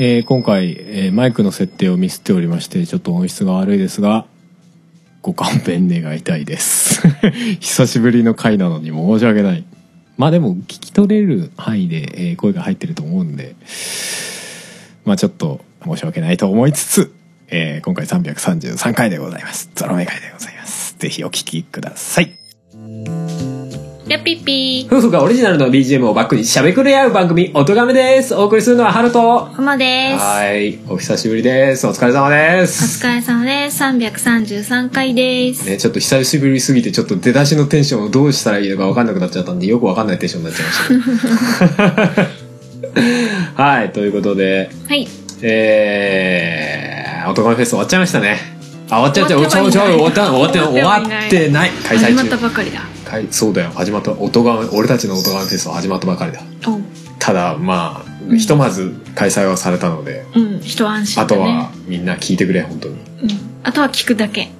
えー今回、えーマイクの設定をミスっておりまして、ちょっと音質が悪いですが、ご勘弁願いたいです。 久しぶりの回なのに申し訳ない。まあでも、聞き取れる範囲で、えー声が入ってると思うんで、まあちょっと申し訳ないと思いつつ、えー今回333回でございます。ゾロ目回でございます。ぜひお聞きください。やっぴっぴー。夫婦がオリジナルの BGM をバックにしゃべくれ合う番組「おとがめ」ですお送りするのはハルトほまです。はいお久しぶりですお疲れ様でおす疲れ様です。333回です。ね、ちょっと久しぶりすぎてちょっと出だしのテンションをどうしたらいいのか分かんなくなっちゃったんでよく分かんないテンションになっちゃいました はいということではい。えー、男のフェス終わっちゃいましたねあ終わっちゃうちゃうち終ょわっちてょはいない終わった終わって終終わわってはいないってない開始まっ催た中ばかりだ。開そうだよ始まった音が俺たちの音がフェスは始まったばかりだおうただまあ、んひとまず開催はされたのでうん、一安心あだとねは。みんな聞いてくれ本当にうん。あとは聞くだけ。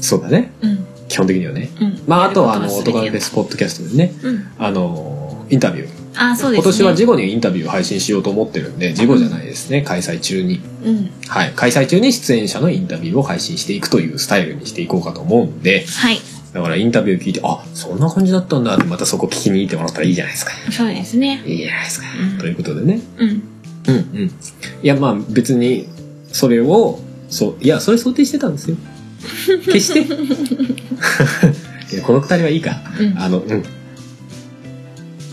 そうだねうん。基本的にはねうん。まああとはあのやる音がこフは全てェスポッドキャストでねやるうん。あのインタビュー、あ、そうですね。今年は事後にインタビューを配信しようと思ってるんで事後じゃないですね、開催中にうん。はい開催中に出演者のインタビューを配信していくというスタイルにしていこうかと思うんではい。だからインタビュー聞いてあそんな感じだったんだってまたそこ聞きに行ってもらったらいいじゃないですかそうですね。いいじゃないですか、うんということでねうん。うんうんいやまあ別にそれをそういやそれ想定してたんですよ決 していやこの二人はいいか、うんあのうん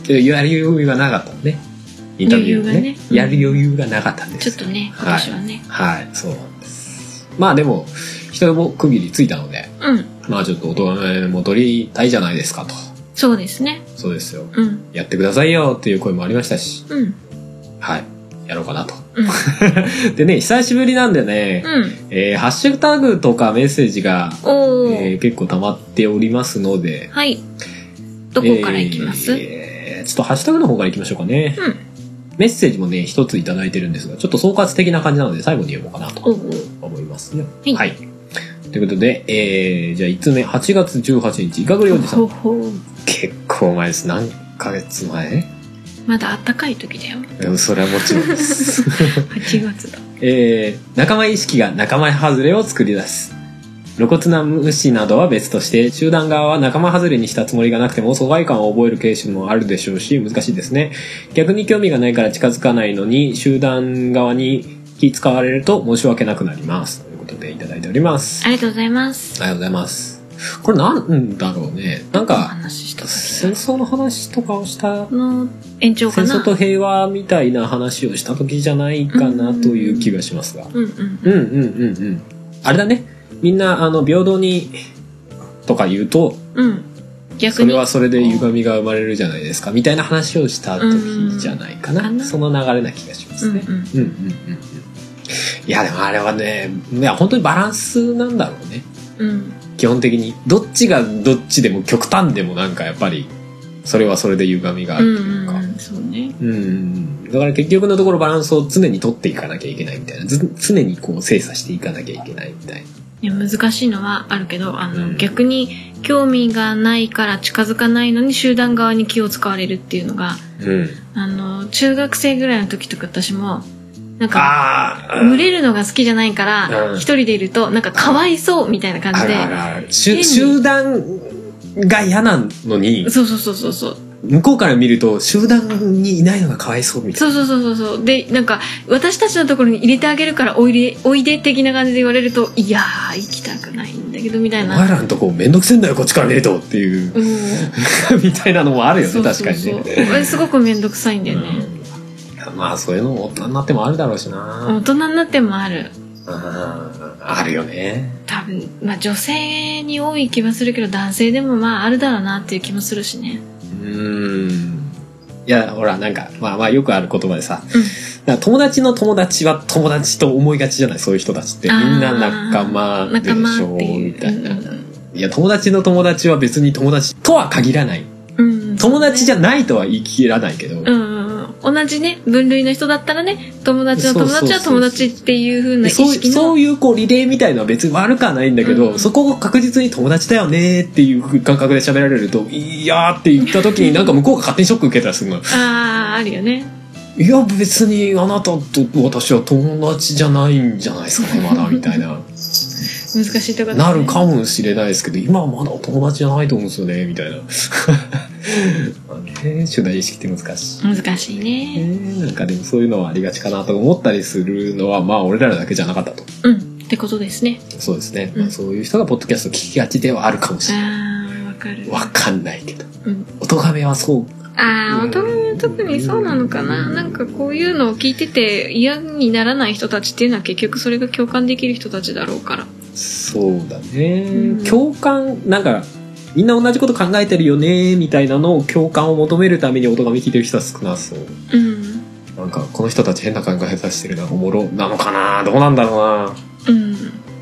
でやる余裕がなかったのねインタビューね余裕がねうんやる余裕がなかったんでちすょっとね、今はい年はね。はいそうなんですまあでも人も区切りついたのでうん。まあちょっと大人も取りたいじゃないですかとそうですね。そうですようん。やってくださいよっていう声もありましたしうん。はいやろうかなとうん。でね久しぶりなんでね、 うん。えーハッシュタグとかメッセージが、おー。えー結構溜まっておりますので。はい。どこから行きます、えーちょっとハッシュタグの方から行きましょうかね。うんメッセージもね、一ついただいてるんですが、ちょっと総括的な感じなので最後に読もうかなおとうおう思いますね。はいということで、えーじゃあ5つ目、8月18日、いかぐりおじさほん。ほう結構前です。何ヶ月前まだ暖かい時だよ。うんそれはもちろんです。 8月だ。えー仲間意識が仲間外れを作り出す露骨な無視などは別として集団側は仲間外れにしたつもりがなくても疎外感を覚えるケースもあるでしょうし難しいですね逆に興味がないから近づかないのに集団側に気使われると申し訳なくなりますということでいただいておりますありがとうございます。ありがとうございますこれなんだろうねなんおか話しした戦時争の話とかをしたの延長か戦な。争と平和みたいな話をした時じゃないかなという気がしますがうんうん。うんうんうんうん。あれだね。みんな、あの、平等に、とか言うと、うん。逆そに。れはそれで歪みが生まれるじゃないですか、みたいな話をした時じゃないかうんうんかな。なその流れな気がしまうすんうね。ん。うんうんうんうん。いや、でもあれはね、いや、本当にバランスなんだろうね。うん。基本的に。どっちがどっちでも極端でもなんかやっぱり、それはそれで歪みがあうるとんいうか。うん。そうね。うんうんうんだから結局のところバランスを常に取っていかなきゃいけないみたいなず常にこう精査していかなきゃいけないみたいないや、難しいのはあるけど、あの、うん逆に興味がないから近づかないのに集団側に気を使われるっていうのが、うんあの、中学生ぐらいの時とか私も、なんか、ああ群れるのが好きじゃないかうら、ん一人でいると、なんかかわいそうみたいな感あじるあるある集変に集団が嫌なのにで。そうそうそうそうそう。向こうから見ると集団にいないのがかわいそうみたいそうそうそうそうそう。で、なんか、私たちのところに入れてあげるから、おいで、おいで的な感じで言われると、いやー、行きたくないんだけど、みたいなお前な。らのとこめんどくせえんだよこっちから見る とっていううん。みたいなのもあるよねそうそう確そかうにねあれすごくめんどくさいんだよね。うんまあそういうのも大人になってもあるだろうし大な、人になってもある。うん、あるよね多分、まあ女性に多い気はするけど、男性でもまああるだろうなっていう気もするしね。うんいや、ほら、なんか、まあまあよくある言葉でさ、うんだから友達の友達は友達と思いがちじゃないそういう人たちって。みあーんな仲間で仲し間ょっていみうたいなう。んいや、友達の友達は別に友達とは限らない。うん友達じゃないとは言い切らないけど、うんうんうん、同じね分類の人だったらね友達の友達は友達っていう風なで意そう識そのういうこうリレーみたいのは別に悪くはないんだけど、うんそこを確実に友達だよねっていう感覚で喋られると「いや」って言った時になんか向こうが勝手にショック受けたりするの「あああるよねいや別にあなたと私は友達じゃないんじゃないですかねまだ」みたいな難しいところ、ね、なるかもしれないですけど今はまだお友達じゃないと思うんですよねみたいな まあね主題意識って難しい。難しいねねなんかでもそういうのはありがちかなと思ったりするのはまあ俺らだけじゃなかったとうんってことですねそうですね、うんまあ、そういう人がポッドキャストを聞きがちではあるかもしれないああわかるわかんないけどうん、音がめはそうああ乙女は特にそうなのかななんかこういうのを聞いてて嫌にならない人たちっていうのは結局それが共感できる人たちだろうからそうだね、うん共感なんかみんな同じこと考えてるよねみたいなのを共感を求めるために音がめ聞いてる人は少なそううんなんかこの人たち変な考え方してるなおもろなのかなどうなんだろうなうん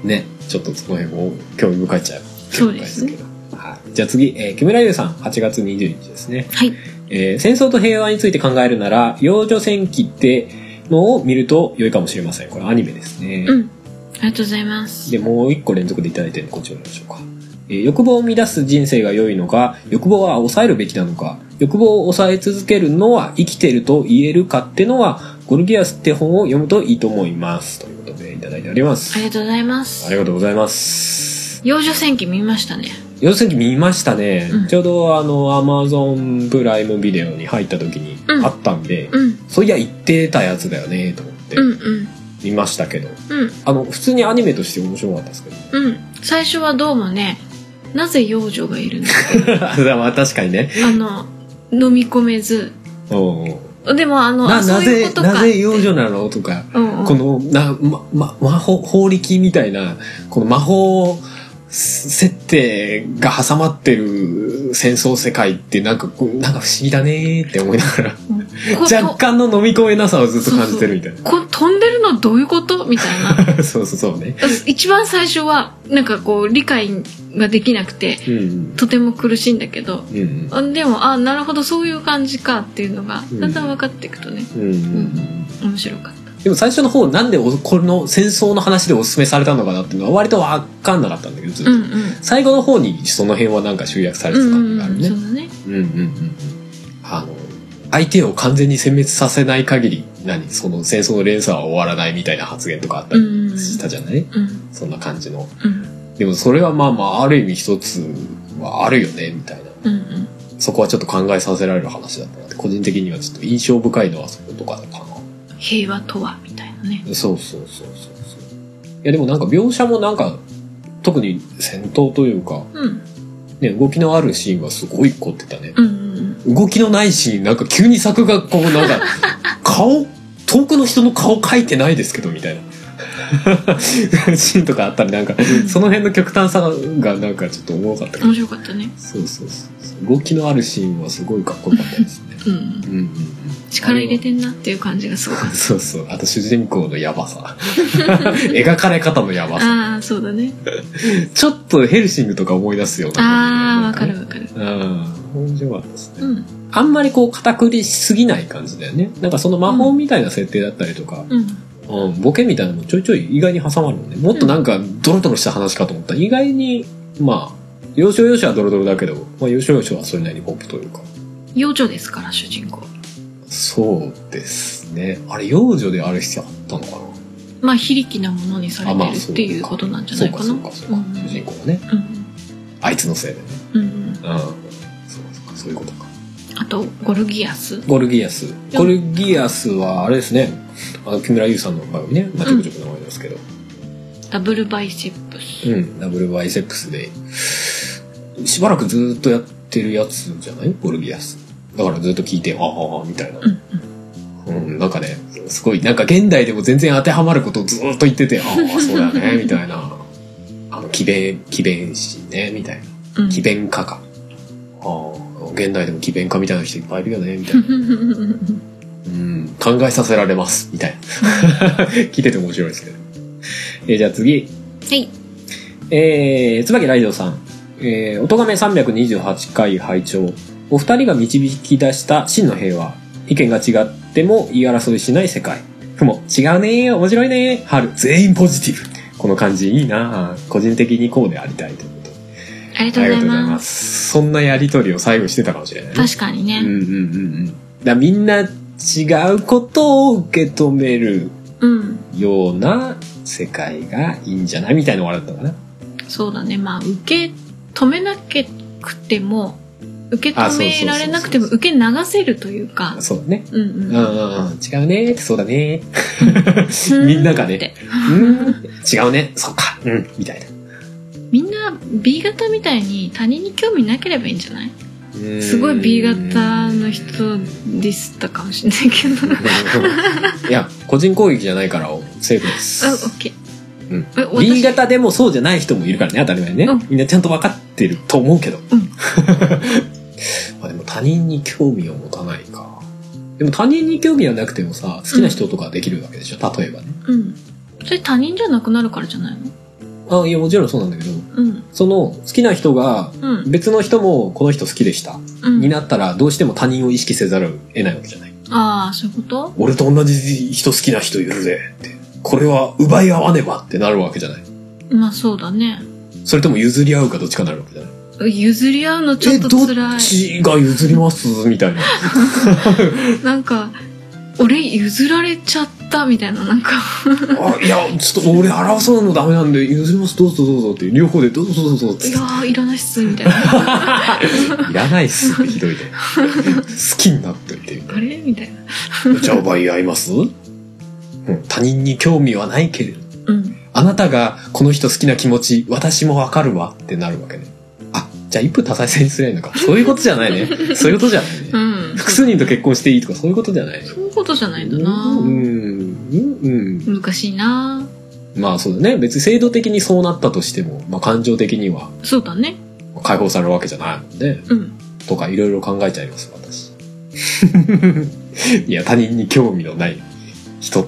ねちょっとその辺も興味深いっちゃうそうですね興味深いけどはい、じゃあ次、えー、木村優さん8月20日ですねはいえー戦争と平和について考えるなら、幼女戦記ってのを見ると良いかもしれません。これアニメですね。うんありがとうございますで、もう一個連続でいただいてるんで、こっちらでしょうか。えー欲望を乱す人生が良いのか、欲望は抑えるべきなのか、欲望を抑え続けるのは生きてると言えるかってのは、ゴルギアスって本を読むといいと思います。ということでいただいておりまあす。りがとうございますありがとうございます。幼女戦記見ましたね幼女戦記見ましたね。うんちょうどあの、アマゾンプライムビデオに入った時にうんあったんで、うんそういや言ってたやつだよねと思ってうんうん見ましたけど、うんあの普通にアニメとして面白かったですけどねうん最初はどうもねなぜ幼女がいる のかあでも まあ確かにねあの飲み込めずおうおうでもあのなあそなういうこぜとかなぜ幼女なのとか、うんうんこのな、まま、魔法法力みたいなこの魔法設定が挟まってる戦争世界ってなんかこうなんか不思議だねーって思いながらこ若干の飲み込めなさをずっと感じてるみたいなこ飛んでるのどういうことみたい なそうそうそうね、一番最初はなんかこう理解ができなくてうんうんとても苦しいんだけどうんうんあでもあなるほどそういう感じかっていうのがうんだんだん分かっていくとねうんうんうん面白かったでも最初の方なんでおこの戦争の話でおすすめされたのかなっていうのは割と分かんなかったんだけどずっと、うんうん最後の方にその辺はなんか集約されうてた感じんうんがあうるんね。そうだねうんうんうんうんあの相手を完全に殲滅させない限り何その戦争の連鎖は終わらないみたいな発言とかあったうりんうんしたじゃない、うんそんな感じの。うんでもそれはまあまあある意味一つはあるよねみたいな。うんうんそこはちょっと考えさせられる話だったなって個人的にはちょっと印象深いのはそことかかな。平和とはみたいなねそうそうそうそうそういやでもなんか描写もなんか特に戦闘というか、うんね、動きのあるシーンはすごい凝ってたねうんうん動きのないシーンなんか急に作がこうなんか顔遠くの人の顔描いてないですけどみたいな シーンとかあったりなんかんその辺の極端さがなんかちょっと重かったけうんど面白かったねそうそうそう動きのあるシーンはすごいかっこよかったですねうんうんうんうんうん力入れてんなっていう感じがすごかっそうそうあと主人公のヤバ さ描かれ方のヤバさたああそうだねちょっとヘルシングとか思い出すようああなわか感じるわかるだよね。うん。面白かったですね。うんあんまりこう、堅苦しすぎない感じだよね。なんかその魔法みたいな設定だったりとか、うんうん、ボケみたいなのもちょいちょい意外に挟まるもんね。もっとなんかドロドロした話かと思ったら、意外に、まあ、要所要所はドロドロだけど、まあ、要所要所はそれなりにポップというか。幼女ですから主人公そうですね。あれ、幼女である必要あったのかなまあ非力なものにされあ、てまあ、るそっていうことなんじゃないかなそううんか、そうか、そうか。主人公がね。うんあいつのせいでね。うんうんうん。そうかそうか、そういうことか。あとゴルギアスゴルギアス。ゴルギアスはあれですね。あの木村優さんの番組ね、まあ、ちょくちょく名前ですけど、ダブルバイセップスうん、ダブルバイセップスで、しばらくずっとやってるやつじゃないゴルギアス。だからずっと聞いて、ああ、みたいな。うんうん、なんかね、すごい、なんか現代でも全然当てはまることをずっと言ってて、ああ、そうだよね、 みたいな。あの、奇弁、奇弁師ね、みたいな。うん奇弁家か。ああ、現代でも詭弁家みたいな人いっぱいいるよね、みたいな。うん、考えさせられます、みたいな。 聞いてて面白いですけど。えーじゃあ次。 はい。えー、椿ライドさん。えー、おとがめ328回拝聴お二人が導き出した真の平和。意見が違っても言い争いしない世界。ふも、違うねー、面白いねー、春、全員ポジティブ。この感じいいなー個人的にこうでありたいということで。ありがとあうりがござというございまます。す。そんなやりとりを最後にしてたかもしれないね。確かにうんね。うんうんうん。だからみんな違うことを受け止めるうん。ような世界がいいんじゃないみたいなのがあったのかな。そうだね。まあ、受け止めなくても、受け止められなくても、あそ受け流せるというか、そうだね。うんううんうん。んうん。違うね。そうだね。うみんながねってうん。違うね。そうか。うん。みたいな。みんな B 型みたいに他人に興味なければいいんじゃないうんすごい B 型の人ディスったかもしれないけど。いや、個人攻撃じゃないからセーフであ、オす。ッケー。うんえ私 B 型でもそうじゃない人もいるからね、当たり前にねうん。みんなちゃんと分かってると思うけど。うん まあでも他人に興味を持たないか。でも他人に興味はなくてもさ、好きな人とかできるわけでしょ、例えばね。うん。それ他人じゃなくなるからじゃないのあ、いや、もちろんそうなんだけど、うん。その好きな人が、うん。別の人もこの人好きでした。うんに。なったらどうしても他人を意識せざるを得ないわけじゃない。ああ、そういうこと俺と同じ人好きな人いるぜって。これは奪い合わねばってなるわけじゃない。まあそうだね。それとも譲り合うかどっちかになるわけじゃない。譲り合うのちょっとえど辛っい。ちが譲りますみた いな。なんか、俺譲られちゃったみたいな、なんか。あいや、ちょっと俺争うのダメなんで譲ります、どうぞどうぞって。両方でどうぞどうぞっいてや。ー、いらないっす、みた いな。いらないっすってひどいで。好きになっといて。あれみたいな。じゃあ奪い合います、うん、他人に興味はないけれど。うん。あなたがこの人好きな気持ち、私もわかるわってなるわけね。あ、じゃあ一夫多妻制にすればい いのか。そういうことじゃないね。そういうことじゃないね。うん。複数人と結婚していいとかそういうことじゃないね。そういうことじゃないんうだん、なう。ん、うん。難しいな。まあそうだね。別に制度的にそうなったとしても、まあ感情的にはそうだね。解放されるわけじゃないもんね。うん。とかいろいろ考えちゃいます、 私。いや、他人に興味のない人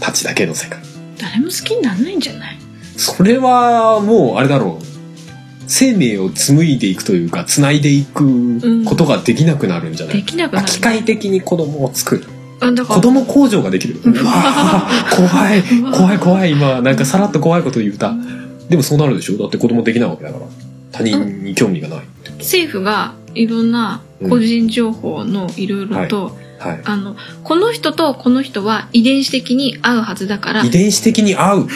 たちだけの世界。誰も好きにならないんじゃないそれはもうあれだろう生命を紡いでいくというか繋いでいくことができなくなるんじゃない、できなくなある。機械的に子供を作るあ、だか子ら、供工場ができるうわー怖い怖い怖い今なんかさらっと怖いこと言うたでもそうなるでしょだって子供できないわけだから他人に興味がない、政府がいろんな個人情報のいろいろと、はいあの、この人とこの人は遺伝子的に合うはずだから遺、伝子的に合う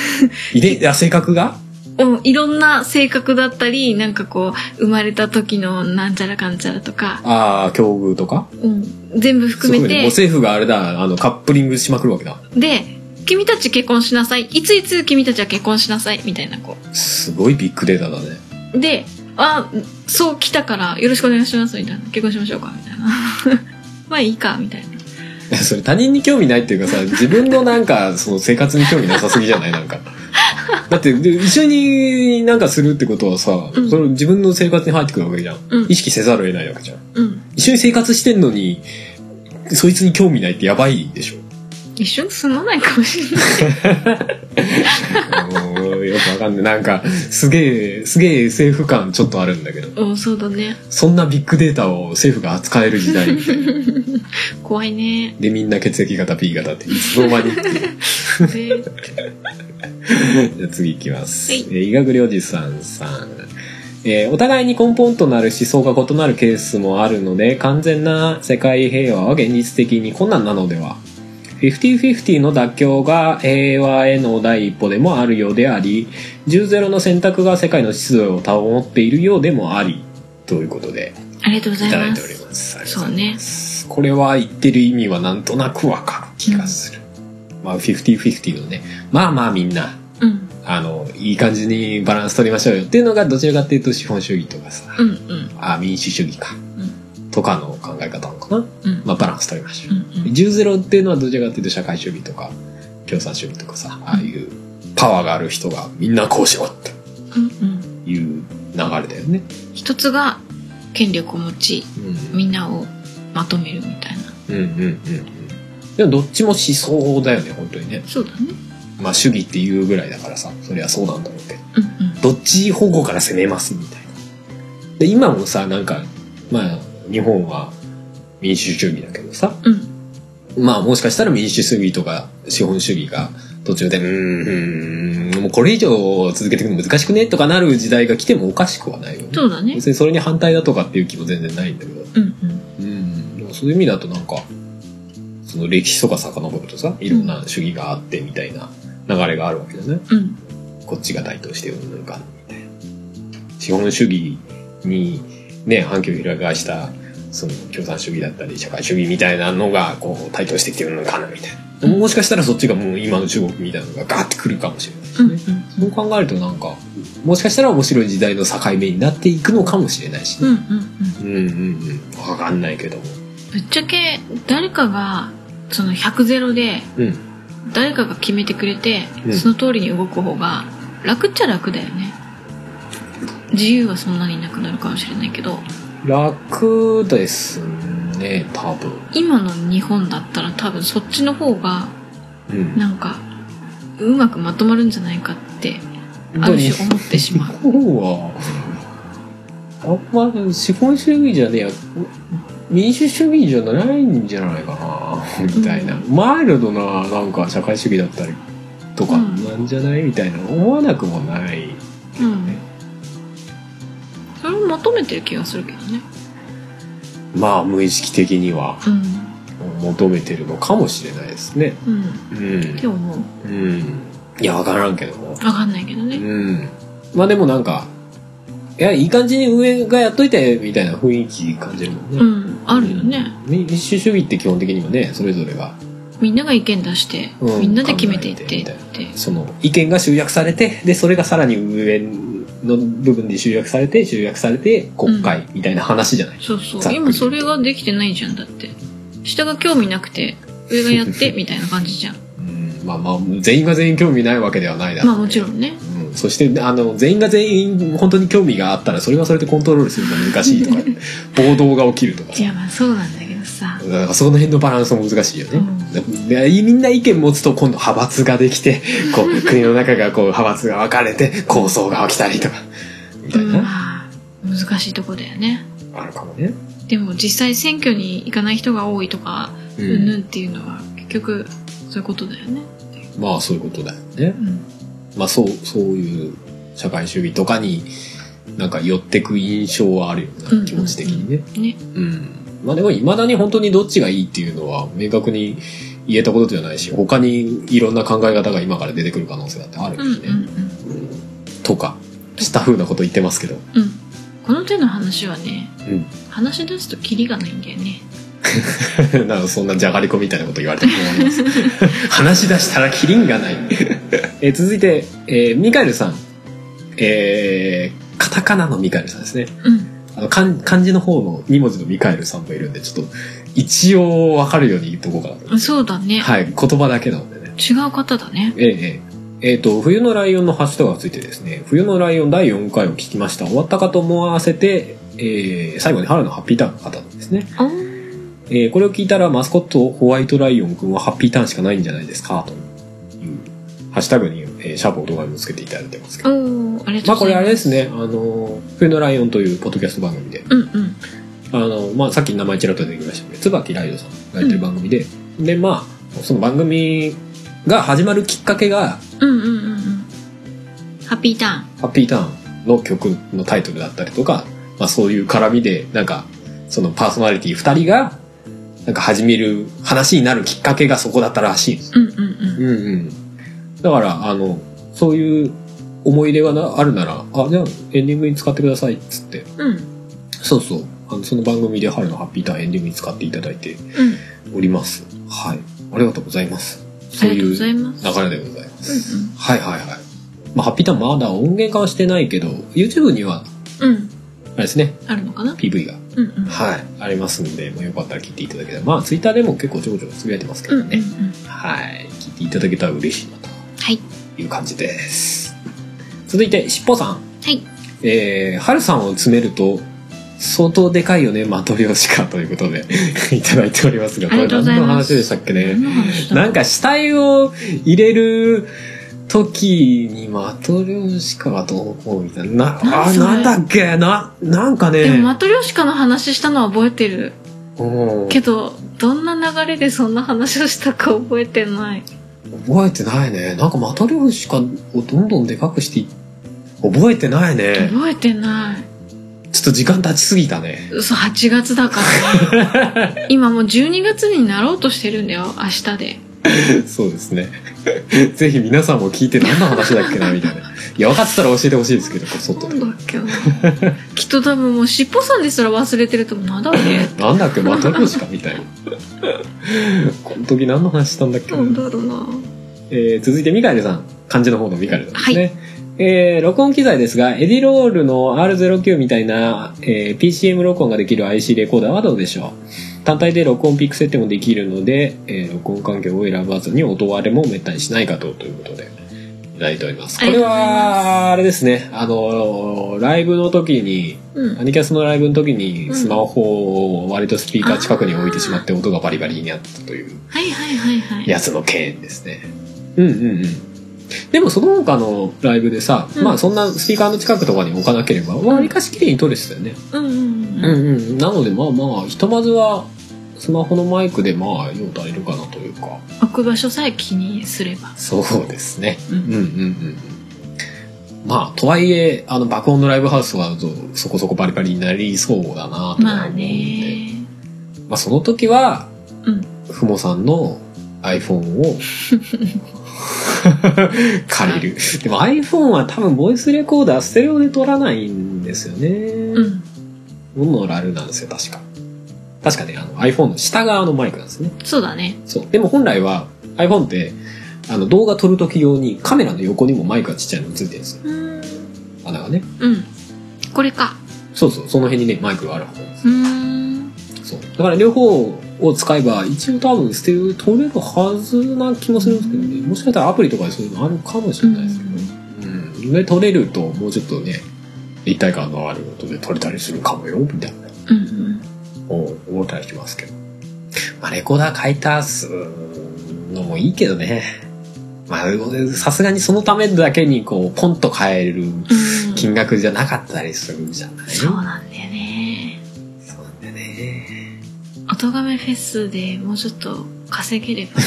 遺伝あ性格がうん、いろんな性格だったり、なんかこう、生まれた時のなんちゃらかんちゃらとか、ああ境遇とかうん、全部含めそういうふうにもう政て、府があれだあのカップリングしまくるわけだで、君たち結婚しなさい。いついつ君たちは結婚しなさい。みたいな、こすごいビッグデータだねう。で、あ、そう来たからよろしくお願いします。みたいな。結婚しましょうか。みたいな。 まあいいか、みたいな。いやそれ他人に興味ないっていうかさ自分のなんかその生活に興味なさすぎじゃないなんかだってで一緒になんかするってことはさ、うんそれ自分の生活に入ってくるわけじゃん、うん意識せざるを得ないわけじゃんうん。一緒に生活してんのにそいつに興味ないってやばいでしょ一緒に住まないかもしれない。あのーよくわかんないなんかすげえすげえ政府感ちょっとあるんだけどうん、そうだね。そんなビッグデータを政府が扱える時代みたいな怖いね。でみんな血液型 B 型っていつの間にで じゃあ次いきます。はいえー医学療事さんさん。えーお互いに根本となる思想が異なるケースもあるので、完全な世界平和は現実的に困難なのでは。50-50の妥協が平和への第一歩でもあるようであり、10-0の選択が世界の秩序を保っているようでもあり、ということで、ありがとうございいただいまておりす。ます。そうね。これは言ってる意味はなんとなくわかる気がする。まあ、50-50のね、まあまあみんな、うん。あの、いい感じにバランス取りましょうよっていうのがどちらかっていうと資本主義とかさ、うん、うん、あ民主主義か、とかの考え方なのかな。うん。まあバランス取りましょう。うん、うん。 10-0っていうのはどちらかっていうと社会主義とか、共産主義とかさ、ああいうパワーがある人がみんなこうしろってうん、うん。いう流れだよね。一つが権力を持ちうんみんなをまとめるみたいなうんうんうんうんでもどっちも思想だよね本当にねそうだねまあ主義っていうぐらいだからさそりゃそうなんだろうけどうんうんどっち方向から攻めますみたいなで今もさなんかまあ日本は民主主義だけどさうんまあもしかしたら民主主義とか資本主義が途中で、うーんうーん、もうこれ以上続けていくの難しくねとかなる時代が来てもおかしくはないよね。そうだね別にそれに反対だとかっていう気も全然ないんだけど。うんうんうん。でもそういう意味だとなんか、その歴史とか遡るとさ、いろんな主義があってみたいな流れがあるわけだね。うんこっちが台頭してるのかみたいな資本主義にね反響を翻したその共産主義だったり社会主義みたいなのがこう台頭してきてるのかなみたいなもしかしたらそっちがもう今の中国みたいなのがガーってくるかもしれないうんうんそう考えるとなんかもしかしたら面白い時代の境目になっていくのかもしれないし、うんうねんうんうん、うんうん分かんないけどもぶっちゃけ誰かがその100ゼロでうん誰かが決めてくれて、うんその通りに動く方が楽っちゃ楽だよね自由はそんなになくなるかもしれないけど楽ですね多分今の日本だったら多分そっちの方がうんなんかうまくまとまるんじゃないかって本あ当るに種思ってしま う日本はあんま資本主義じゃねえや民主主義じゃないんじゃないかなみたいな、うマイルドななんか社会主義だったりとかうんなんじゃないみたいな思わなくもないうんそれを求めてる気がするけどねまあ無意識的にはうん求めてるのかもしれないですねうんうん今日、もうん、いや分からんけども分かんないけどねうんまあでもなんかいやいい感じに上がやっといてみたいな雰囲気感じるもんね、うんあるよね民主主義って基本的にはねそれぞれがみんなが意見出して、うんみんなで決めていってっ考てその意見が集約されてでそれがさらに上の部分で集約されて集約されて国会みたいな話じゃない、そうそざっくりう今それができてないじゃんだって下が興味なくて上がやって みたいな感じじゃんうんまあまあ全員が全員興味ないわけではないだろうまあもちろんねうん、そしてあの全員が全員本当に興味があったらそれはそれでコントロールするの難し いとか暴動が起きるとかいやまあそうなんだけどさだからその辺のバランスも難しいよね、でみんな意見持つと今度派閥ができて こう国の中がこう派閥が分かれて抗争が起きたりとかみたいうんな、まあ難しいとこだよねあるかもね、でも実際選挙に行かない人が多いとかううんんぬんっていうのは結局そういうことだよねまあそういうことだよねう、んまあ、そうそういう社会主義とかになんか寄ってく印象はあるようんうんうねん気持ち的にね、ねうんまあでもいまだに本当にどっちがいいっていうのは明確に言えたことじゃないし他にいろんな考え方が今から出てくる可能性だってあるうしんうんね、とかした風なこと言ってますけど、うんうんこの手の話はねうん、話し出すとキリがないんだよねなん かそんなじゃがりこみたいなこと言われても困ります 話し出したらキリンがない えー続いて、えーミカエルさんえーカタカナのミカエルさんですねうんあの漢漢字の方の2文字のミカエルさんもいるんでちょっと一応わかるように言っとこうかなとそうだね、はい言葉だけなのでね違う方だねえええええーと、冬のライオンのハッシュタグがついてですね、冬のライオン第4回を聞きました。終わったかと思わせて、えー最後に春のハッピーターンの方なんですね。おーえーこれを聞いたらマスコットホワイトライオンくんはハッピーターンしかないんじゃないですかというハッシュタグに、えーシャープお動画にもつけていただいてますけど。おーありがとまうあこござれいあますれですね、あの、冬のライオンというポッドキャスト番組で、うんうんあの、まあさっき名前ちらっと出てきましたけど、椿ライドさんがやってる番組で、で、まあ、その番組が始まるきっかけが、うんうんうんうんハッピーターンハッピーターンの曲のタイトルだったりとか、まあそういう絡みで、なんか、そのパーソナリティ2人が、なんか始める話になるきっかけがそこだったらしいんです。うんうんうんうん。だから、あの、そういう思い入れがなあるなら、あ、じゃあエンディングに使ってくださいっつって。うんうんそうそう。あのその番組で春のハッピーターンエンディングに使っていただいてうんおります。はい。ありがとうございます。あそうりがいとううござ流いれますでございます。うはいはいはい。まあ、ハッピーターンまだ音源化はしてないけど、YouTube には、んうんうんあれですね、あるのかな PV が、うんうんはい、ありますんで、まあ、よかったら聞いていただけたら、まあ、Twitter でも結構ちょこちょこつぶやいてますけうんどうね、んうんはい、聞いていただけたら嬉しいなとはいいう感じです。続いて、しっぽさん。はいえー、はるさんを詰めると、相当でかいよね、マトリョーシカということで いただいておりますが、こありれがとうござ何いのます話でしたっけね。何の話だなんか死体を入れる時にマトリョーシカがどうこうみたいな。な、何あ、それなんだっけな、なんかでもねマ。トリョーシカの話したのは覚えてるうんけどどんな流れでそんな話をしたか覚えてない覚えてないね。なんかマトリョーシカをどんどんでかくしてい覚えてないね。覚えてないちょっと時間経ちすぎたね。嘘8月だから 今もう12月になろうとしてるんだよ明日でそうですね。 ぜひ皆さんも聞いて何の話だっけなみたいな。いや、分かってたら教えてほしいですけど、こそっとなん。だっけな きっと多分もう尻尾さんですら忘れてると思うなんだっけなんだっけ、マトリョーシカみたいな。この時何の話したんだっけななんだろうなえー続いてミカエルさん漢字の方のミカエルさんですね、えー録音機材ですがエディロールの R09 みたいな、えー PCM 録音ができる IC レコーダーはどうでしょう単体で録音ピック設定もできるので、えー録音環境を選ばずに音割れもめったにしないかとということでいただいておりますこれありがとうございはあれですねあのーライブの時にうんアニキャスのライブの時にスマホを割とスピーカー近くに置いてしまって音がバリバリになったというはいはいはいはいやつの件ですね。うんうんうん。でもその他のライブでさ、うんまあそんなスピーカーの近くとかに置かなければ、わりかし綺麗に撮れてたよね。うんうんううんんうん。なのでまあまあ、ひとまずはスマホのマイクでまあ用足りるかなというか。置く場所さえ気にすればそうですね。うんうんうんうん。まあ、とはいえ、あの、爆音のライブハウスとかだと、そこそこバリバリになりそうだなとは思うんで。まあねまあ、その時は、うんふもさんの iPhone を借りる。でも iPhone は多分ボイスレコーダーステレオで撮らないんですよね。うんモノラルなんですよ、確か。確かね、あの iPhone の下側のマイクなんですね。そうだねそう。でも本来は iPhone って、あの動画撮る時用にカメラの横にもマイクがちっちゃいのついてるんですよ。うん穴がね。うんこれかそうそう、その辺にね、マイクがあるはずなんです。うーんそう。だから両方を使えば、一応多分捨てる取れるはずな気もするんですけどね。もしかしたらアプリとかでそういうのあるかもしれないですけど。うん。で、取れると、もうちょっとね、一体感のある音で取れたりするかもよ、みたいな。うんうんおう思ったりしますけど。まあ、レコーダー買い足すのもいいけどね。 まあ、さすがにそのためだけに、こう、ポンと買えるうん金額じゃなかったりするじゃない、そうなんだよねそうなんだよね。音亀フェスでもうちょっと稼げれば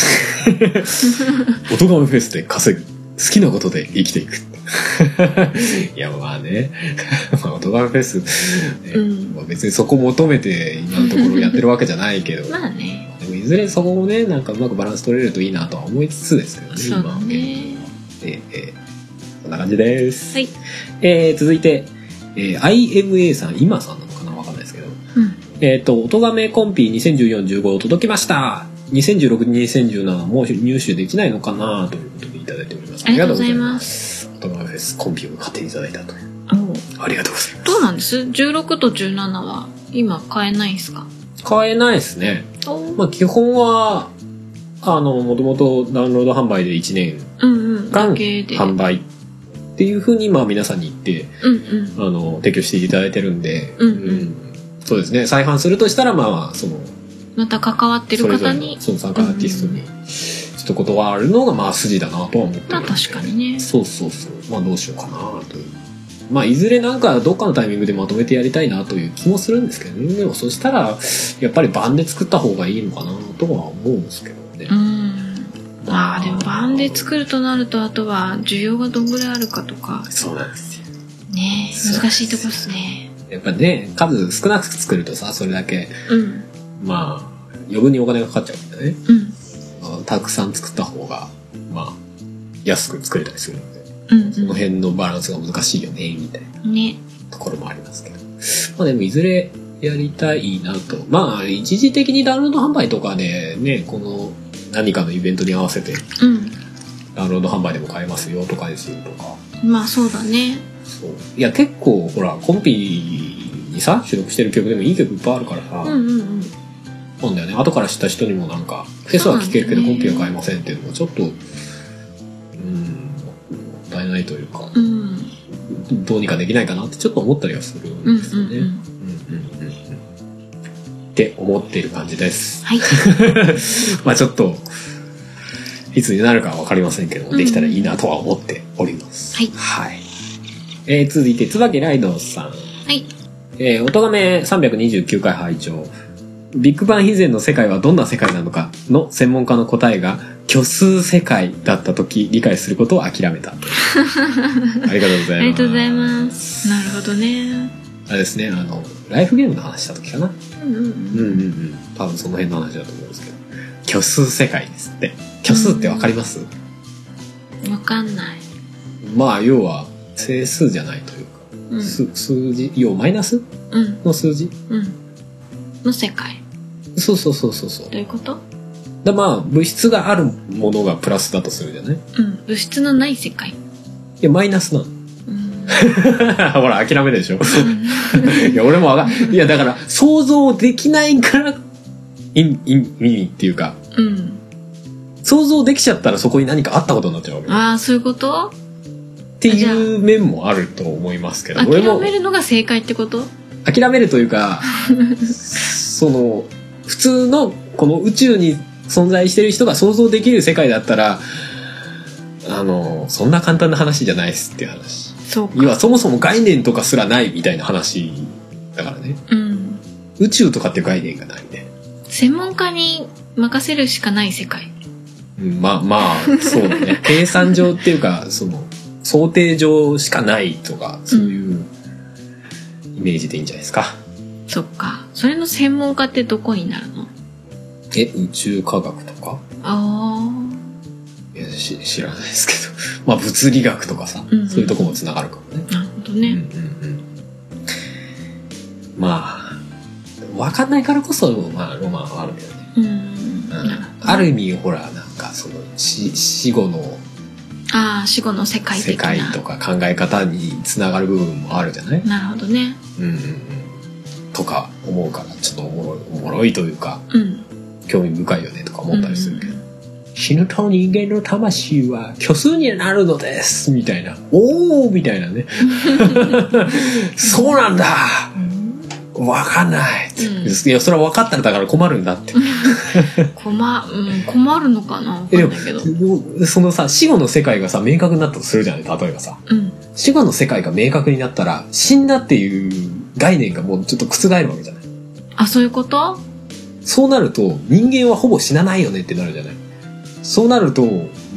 音ガメフェスで稼ぐ。好きなことで生きていく。 いや、まあね。 まあ、音ガメフェス、ねうんまあ別にそこ求めて今のところやってるわけじゃない けど。 まあねでもいずれそこもね、なんかうまくバランス取れるといいなとは思いつつですけどね、そうだはねええええそんな感じです。はいえー続いて、えー IMA さん、今さんなのかなわかんないですけど。うんえっ、と、音亀コンピ2014-15届きました。2016-2017もう入手できないのかなということでいただいております。。ありがとうございます音亀フェスコンピを買っていただいたという。おうありがとうございまどうなんです ?16 と17は今買えないんすかす。買えないですね。おうまあ基本は、あの、もともとダウンロード販売で1年うんうん間だけで販売っていうふうに、まあ皆さんに言って、うんうんあの、提供していただいてるんで、うんうんそうですね。再販するとしたら、まあ、その、また関わってるそれぞ方れにのその参加アーティストにちょっと断るのがまあ筋だなとは思ってるんでまあ確かにねそうそうそうまあどうしようかなというまあいずれなんかどっかのタイミングでまとめてやりたいなという気もするんですけどねでもそしたらやっぱり版で作った方がいいのかなとは思うんですけどねうんまあでも版で作るとなるとあとは需要がどんぐらいあるかとかそうなんですよねそう難しいとこっすねやっぱね数少なく作るとさそれだけうんまあ余分にお金がかかっちゃうんだねうんまあたくさん作った方がまあ安く作れたりするのでうんそのう辺のバランスが難しいよねみたいなんねところもありますけど。まあでもいずれやりたいなと。まあ一時的にダウンロード販売とかでね、この何かのイベントに合わせてうダウンロード販売でも買えますよとかにするとか。んまあそうだねそう。いや結構ほら、コンピにさ、収録してる曲でもいい曲いっぱいあるからさ、うんうんうんなんだよね。後から知った人にもなんか、フェスは聴けるけどそコうなんンだピよねは買えませんっていうのもちょっと、うん、もったいないというか、うんどうにかできないかなってちょっと思ったりはするんうんですよね。ううんんうんって思っている感じです。 はい。まあちょっと、いつになるかはわかりませんけどうも、んできたらいいなとは思っております。はいはい。えー続いて、椿ライドさん。はい。えー、音亀329回拝聴ビッグバン以前の世界はどんな世界なのかの専門家の答えが虚数世界だった時理解することを諦 めたありがとうございますありがとうございます。なるほどね。あれですねあのライフゲームの話した時かなうんううんんうんうん多分その辺の話だと思うんですけど虚数世界ですって虚数ってわかります、うん。わかんない。まあ要は整数じゃないというか、うん。数数字要はマイナスうん。の数字うん。の世界。そうそうそうそうそうどういうことだまあ物質があるものがプラスだとするじゃないうん。物質のない世界。いやマイナスなのうん。 ほら諦めるでしょ いや俺もわかんいやだから想像できないから意味意味意味っていうかうん。想像できちゃったらそこに何かあったことになっちゃうわけっああ、そういうことていう面もあると思いますけど諦俺もめるのが正解ってこと諦めるというかその普通のこの宇宙に存在してる人が想像できる世界だったらあのそんな簡単な話じゃないですっていう話そうか。要はそもそも概念とかすらないみたいな話だからねうん。宇宙とかっていう概念がないね、専門家に任せるしかない世界。うん、まあまあそうだ ね計算上っていうかその想定上しかないとかそういうイメージでいいんじゃないですかそっか。それの専門家ってどこになるのえ宇宙科学とかあいやし知らないですけど まあ物理学とかさ、うんうんそういうとこもつながるかもねあ。なるほどうんね。うんうんまあわかんないからこそ、まあ、ロマンはあるけどねうん。ある意味ほらなんかその死死後のああ、死後の世界世的な。界とか考え方につながる部分もあるじゃない、なるほどね。うんうんうん、とか思うからちょっとおもろいおもろいというかうん。興味深いよねとか思ったりするけど、うん死ぬと人間の魂は虚数になるのですみたいなおおみたいなね そうなんだうんわかんない、うんいやそれは分かったらだから困るんだって困、うん、困るのかなわかえでんもないけど。そのさ死後の世界がさ明確になったとするじゃない例えばさうん。死後の世界が明確になったら、死んだっていう概念がもうちょっと覆るわけじゃない。あ、そういうことそうなると、人間はほぼ死なないよねってなるじゃない。そうなると、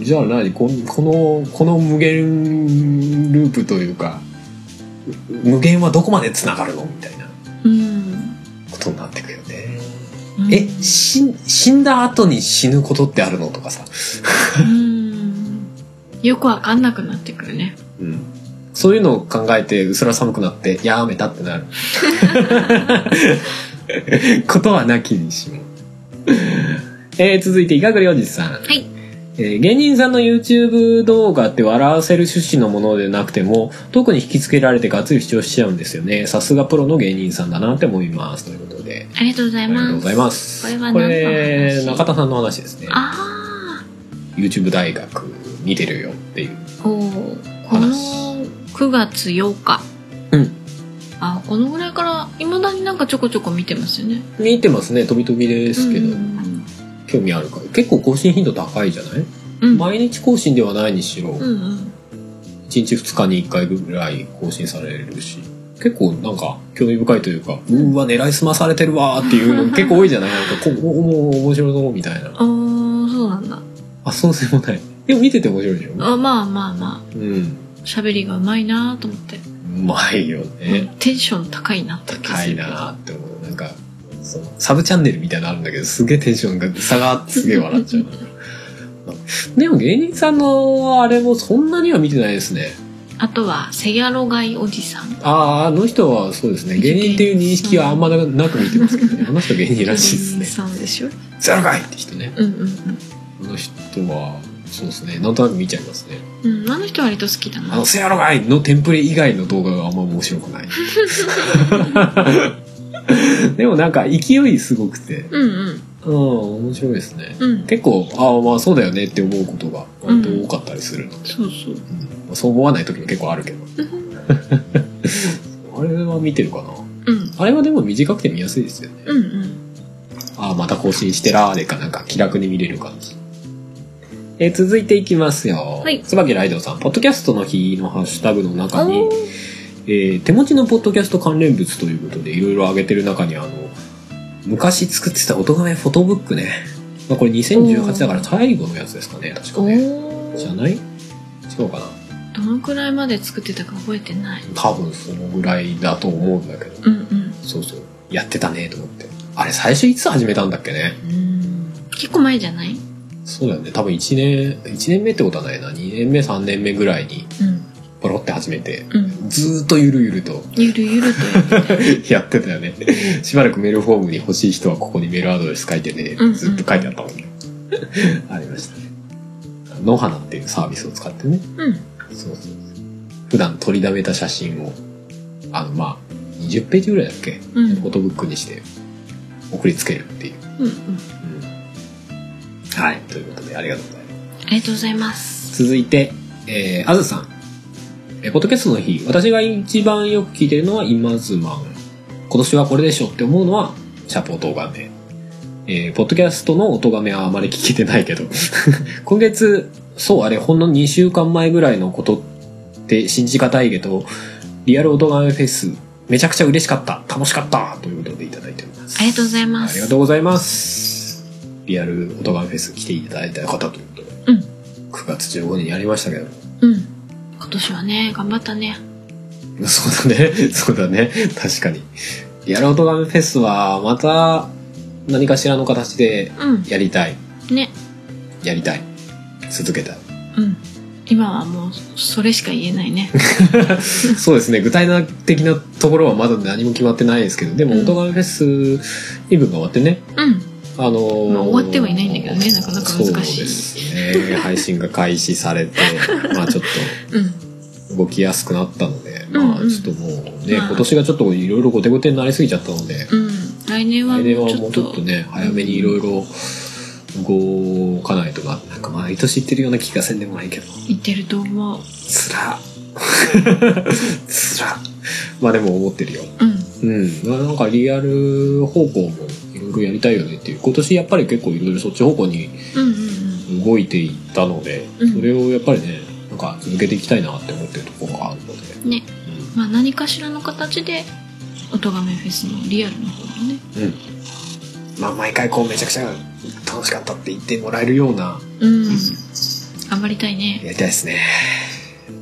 じゃあ何ここの、この無限ループというか、無限はどこまで繋がるのみたいなうん。ことになってくるよね。うんえ、死、死んだ後に死ぬことってあるのとかさ。うん。よくわかんなくなってくるね。うん。そういうのを考えて、うすら寒くなって、やめたってなる。ことはなきにしも。えー、続いて、いかぐりおじさん。はい。えー芸人さんの YouTube 動画って笑わせる趣旨のものでなくても、特に引き付けられてガッツリ視聴しちゃうんですよね。さすがプロの芸人さんだなって思います。ということで。ありがとうござあいります。がとうございます。これは何この話れ中田さんの話ですね。あ YouTube 大学見てるよっていう。あ、おうこの9月8日。うん。あこのぐらいから、いまだになんかちょこちょこ見てますよね。見てますね。飛び飛びでですけど。うん。興味あるか結構更新頻度高いじゃない、うん。毎日更新ではないにしろ、う1んうん。日2日に1回ぐらい更新されるし結構なんか興味深いというか、うーわ狙いすまされてるわーっていうの結構多いじゃないなんかこうおお面白そうみたいなああ、そうなんだ。あそうでもないでも見てて面白いでしょあまあまあまあ、うん喋りがうまいなと思って。うまいよねテンション高いなって気高すいるけどなーって思うなんかそのサブチャンネルみたいなのあるんだけどすげえテンションが差があってすげえ笑っちゃうでも芸人さんのあれもそんなには見てないですねあとは、せやろがいおじさん。あああの人はそうですね芸人っていう認識はあんまななく見てますけどねあの人芸人らしいですね芸人さんでしょ「ゼロかい!」って人ねうんうんうん。あの人はそうですねなんとなく見ちゃいますねうん、あの人割と好きだ「あなの。せやろがい!」のテンプレ以外の動画があんま面白くないでもなんか勢いすごくてうんうん。うん面白いですねうん。結構ああまあそうだよねって思うことが割と多かったりするので、そうそうう。んまあそう思わない時も結構あるけど あれは見てるかなうん。あれはでも短くて見やすいですよねうんうん。ああ、また更新してらーでかなんか気楽に見れる感じ。えー続いていきますよ。はい椿ライドさん、ポッドキャストの日のハッシュタグの中におー、えー手持ちのポッドキャスト関連物ということでいろいろ上げてる中に、あの、昔作ってた音亀フォトブックね。まあ、これ2018だから最後のやつですかね、確かね。おじゃーない違うかなどのくらいまで作ってたか覚えてない多分そのぐらいだと思うんだけど。うんうんそうそう。やってたねと思って。あれ、最初いつ始めたんだっけね。うん結構前じゃないそうだよね。多分1年、1年目ってことはないな。2年目、3年目ぐらいに、うんポロって始めて、うんずーっとゆるゆると ゆるゆるとやってたやってたよね。 しばらくメールフォームに欲しい人はここにメールアドレス書いてねうんう、んずっと書いてあったもんね。 ありましたね。野花っていうサービスを使ってね。うんそうそう。普段取りだめた写真を、あの、まあ、20ページぐらいだっけうんうんフォトブックにして送りつけるっていう。うんはい。ということで、ありがとうございまありがとうございますす。続いて、えー、あずさん。えーポッドキャストの日、私が一番よく聞いてるのは、今ズマン。今年はこれでしょって思うのは、シャポートガメ。えー、ポッドキャストの音ガメはあまり聞けてないけど。 今月、そう、あれ、ほんの2週間前ぐらいのことって信じがたいけど、リアル音ガメフェス、めちゃくちゃ嬉しかった、楽しかったということでいただいております。ありがとうございまありがすとうございます。リアルオトガンフェス来ていただいた方ということで、うん9月15日にやりましたけど。 うん今年はね頑張ったねそうだね。 そうだね。確かに。リアルオトガンフェスは、また、何かしらの形で、うんやりたい。ねやりたい。続けたい。 うん今はもうそれしか言えないねそうですね。具体的なところはまだ何も決まってないですけど、でも、うんオトガンフェス、イブンが終わってね、うんあのーまあ終わってはいないんだけどねなかなか難しそいうですね。配信が開始さ れて、まあちょっと、うん動きやすくなったので、まあうんうんちょっともうね、まあ今年がちょっといろいろ後手後手になりすぎちゃったので、うん来年は来年はももううちちょょっっととね、早めにいろいろ動かないとな、なんか毎年言ってるような気がせんでもないけど、言ってると思うつら。 つら。まあでも思ってるよ。うんうん。まあなんかリアル方向もいろいろやりたいよねっていう、今年やっぱり結構いろいろそっち方向にうんうん動いていったので、うんそれをやっぱりね、なんか続けていきたいなって思ってるところがあるので、うんねうんまあ何かしらの形で音めフェスのリアルの方もねうん。まあ、毎回こう、めちゃくちゃ楽しかったって言ってもらえるような、うん頑張りたいねやりたいですね。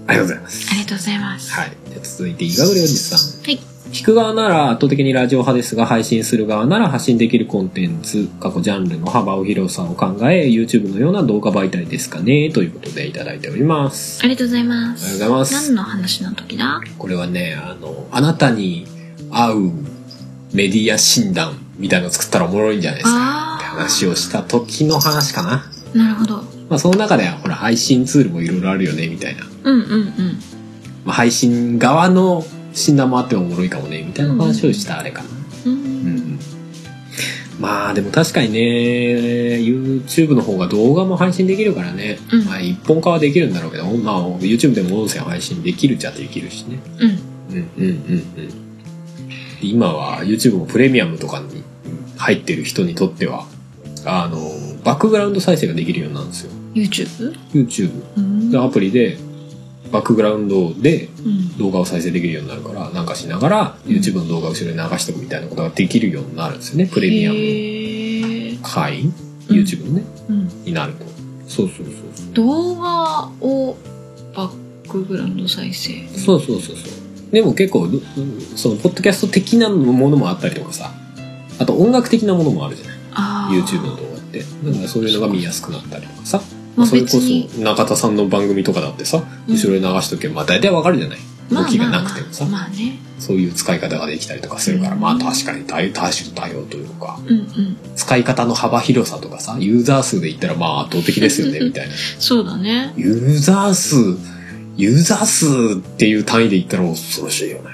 ありがとうございます。ありがとうございますはい。じゃあ続いて、伊賀栗おじさん。はい聞く側なら圧倒的にラジオ派ですが、配信する側なら発信できるコンテンツ、過去ジャンルの幅を広さを考え、YouTube のような動画媒体ですかね、ということでいただいております。ありがとうございますありがとうございます何の話の時だこれはね、あの、あなたに合うメディア診断みたいなの作ったらおもろいんじゃないですか。ってあ話をした時の話かな。あなるほどまあ、その中ではほら配信ツールもいろいろあるよねみたいな、うんうんうんまあ、配信側の診断もあってもおもろいかもねみたいな話をしたあれかな、ううんんまあでも確かにね YouTube の方が動画も配信できるからね、うんまあ、一本化はできるんだろうけど、まあ、YouTube でも音声配信できるっちゃできるしねうんうんうんうんうん今は YouTube もプレミアムとかに入ってる人にとってはあのバックグラウンド再生ができるようになるんですよ YouTube? YouTube うんでアプリでバックグラウンドでうん動画を再生できるようになるからなんかしながら YouTube の動画を後ろに流しておくみたいなことができるようになるんですよねプレミアムへー会員うん YouTube のね、うんになるとそうそうそうそう動画をバックグラウンド再生そうそうそうそうでも結構どそのポッドキャスト的なものもあったりとかさあと音楽的なものもあるじゃないああ YouTube の動画ってだからそういうのが見やすくなったりとかさまあそれこ別にそ中田さんの番組とかだってさうん後ろに流しとけば、まあ大体わかるじゃない動きがなくてもさ、まあまあまあまあねそういう使い方ができたりとかするから、うんまあ確かに対多種多様というか、うんうん使い方の幅広さとかさ、ユーザー数で言ったらまあ圧倒的です よね、うんみたいな。そうだねユーザー数、ユーザー数っていう単位で言ったら恐ろしいよね。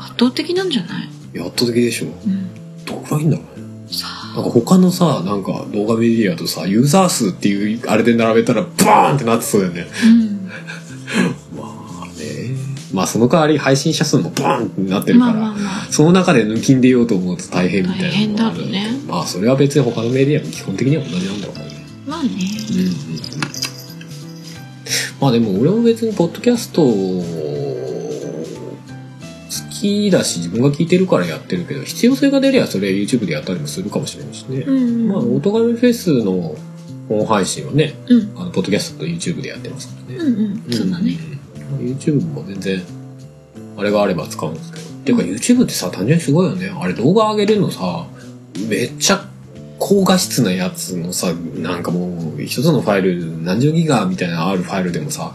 圧倒的なんじゃないやっと的でしょ。うんどこがいいんだろうね。さあなんか他のさ、なんか動画メディアとさ、ユーザー数っていうあれで並べたら、バーンってなってそうだよね。うんまあ、ね。まあその代わり配信者数もバーンってなってるかまら、あまあまあその中で抜きんで言おうと思うと大変みたいな大変のだもあろるうねまあそれは別に他のメディアも基本的には同じなんだろうからね。まあねうんうんうんまあでも俺も別にポッドキャスト好きだし自分が聞いてるからやってるけど必要性が出りゃそれ YouTube でやったりもするかもしれないしね。うんまあうん音めフェスの本配信はねうんあのポッドキャストと YouTube でやってますからね。うんそうだねうん。まあ YouTube も全然、あれがあれば使うんですけど。てか YouTube ってさ、単純にすごいよね。あれ動画上げるのさ、めっちゃ高画質なやつのさ、なんかもう、一つのファイル、何十ギガみたいなあるファイルでもさ、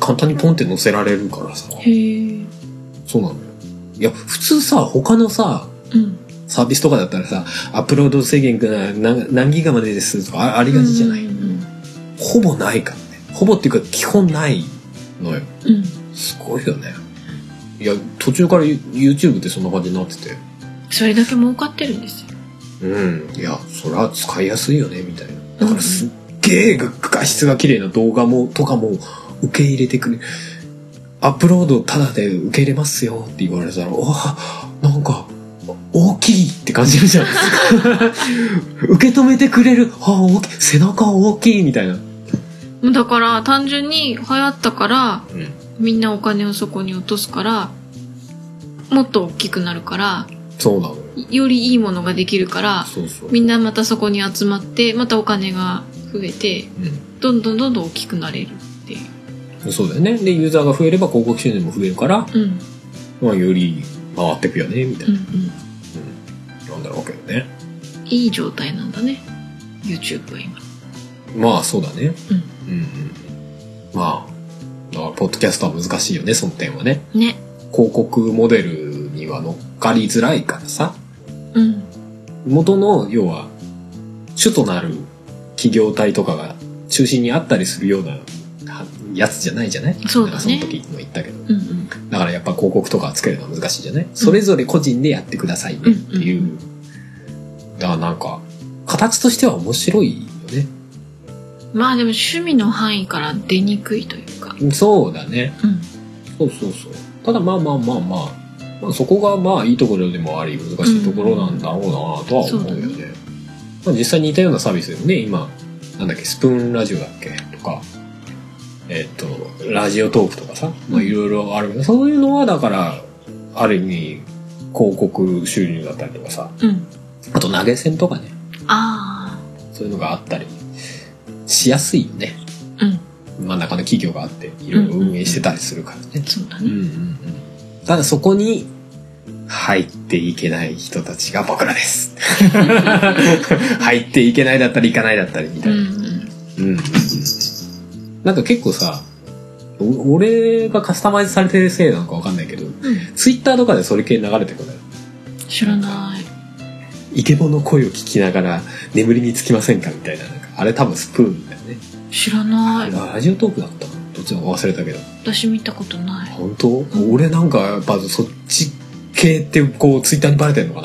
簡単にポンって載せられるからさ、へえそうなのよ。いや、普通さ、他のさ、うんサービスとかだったらさ、アップロード制限が何何ギガまでですとかあありがちじゃない。うんほぼないからね。ほぼっていうか基本ないのよ。うんすごいよねいや途中から You- YouTube ってそんな感じになっててそれだけ儲かってるんですようんいやそりゃ使いやすいよねみたいなだからすっげえ画質が綺麗な動画もとかも受け入れてくれアップロードただで受け入れますよって言われたらおなんか大きいって感じる じゃないですか受け止めてくれるあ大きい背中大きいみたいな、だから単純に流行ったからみんなお金をそこに落とすからもっと大きくなるからそうなのよよりいいものができるからそうそうみんなまたそこに集まってまたお金が増えてうんどんどんどんどん大きくなれるっていうそうだよねでユーザーが増えれば広告収入も増えるからうんまあ、より回ってくよねみたいうんうな、んなんだろうけどねいい状態なんだね YouTube は今まあそうだねううんうんまあだからポッドキャストは難しいよねその点はねんね広告モデルには乗っかりづらいからさうん元の要は主となる企業体とかが中心にあったりするようなはやつじゃないじゃないそうだねその時も言ったけどうんうんだからやっぱ広告とかつけるのは難しいじゃないそれぞれ個人でやってくださいねっていう。うんだからなんか、形としては面白いよまあでも趣味の範囲から出にくいというかね。そうだね。そうんうそうそう。ただまあまあまあまあ、まあ、そこがまあいいところでもあり、難しいところなんだろうなとは思うよそうだね。まあ実際に似たようなサービスでもね、今、なんだっけ、スプーンラジオだっけとか、えっと、ラジオトークとかさ、まあいろいろあるけど、そういうのはだから、ある意味、広告収入だったりとかさ、うんあと投げ銭とかね、あそういうのがあったりしやすいよね。あうん真ん中の企業があっていろいろ運営してたりするからね、そうだうんうんねうん、ただそこに入っていけない人たちが僕らです 入っていけないだったり行かないだったりみたういんな、うんうんうんうんなんか結構さお俺がカスタマイズされてるせいなのかわかんないけどうんツイッターとかでそれ系流れてくる知らないイケボの声を聞きながら眠りにつきませんかみたいななんかあれ多分スプーンだよね知らないラジオトークだったのどっちだか忘れたけど私見たこと ない本当、俺なんかやっぱそっち系ってこうツイッターにバレてんのか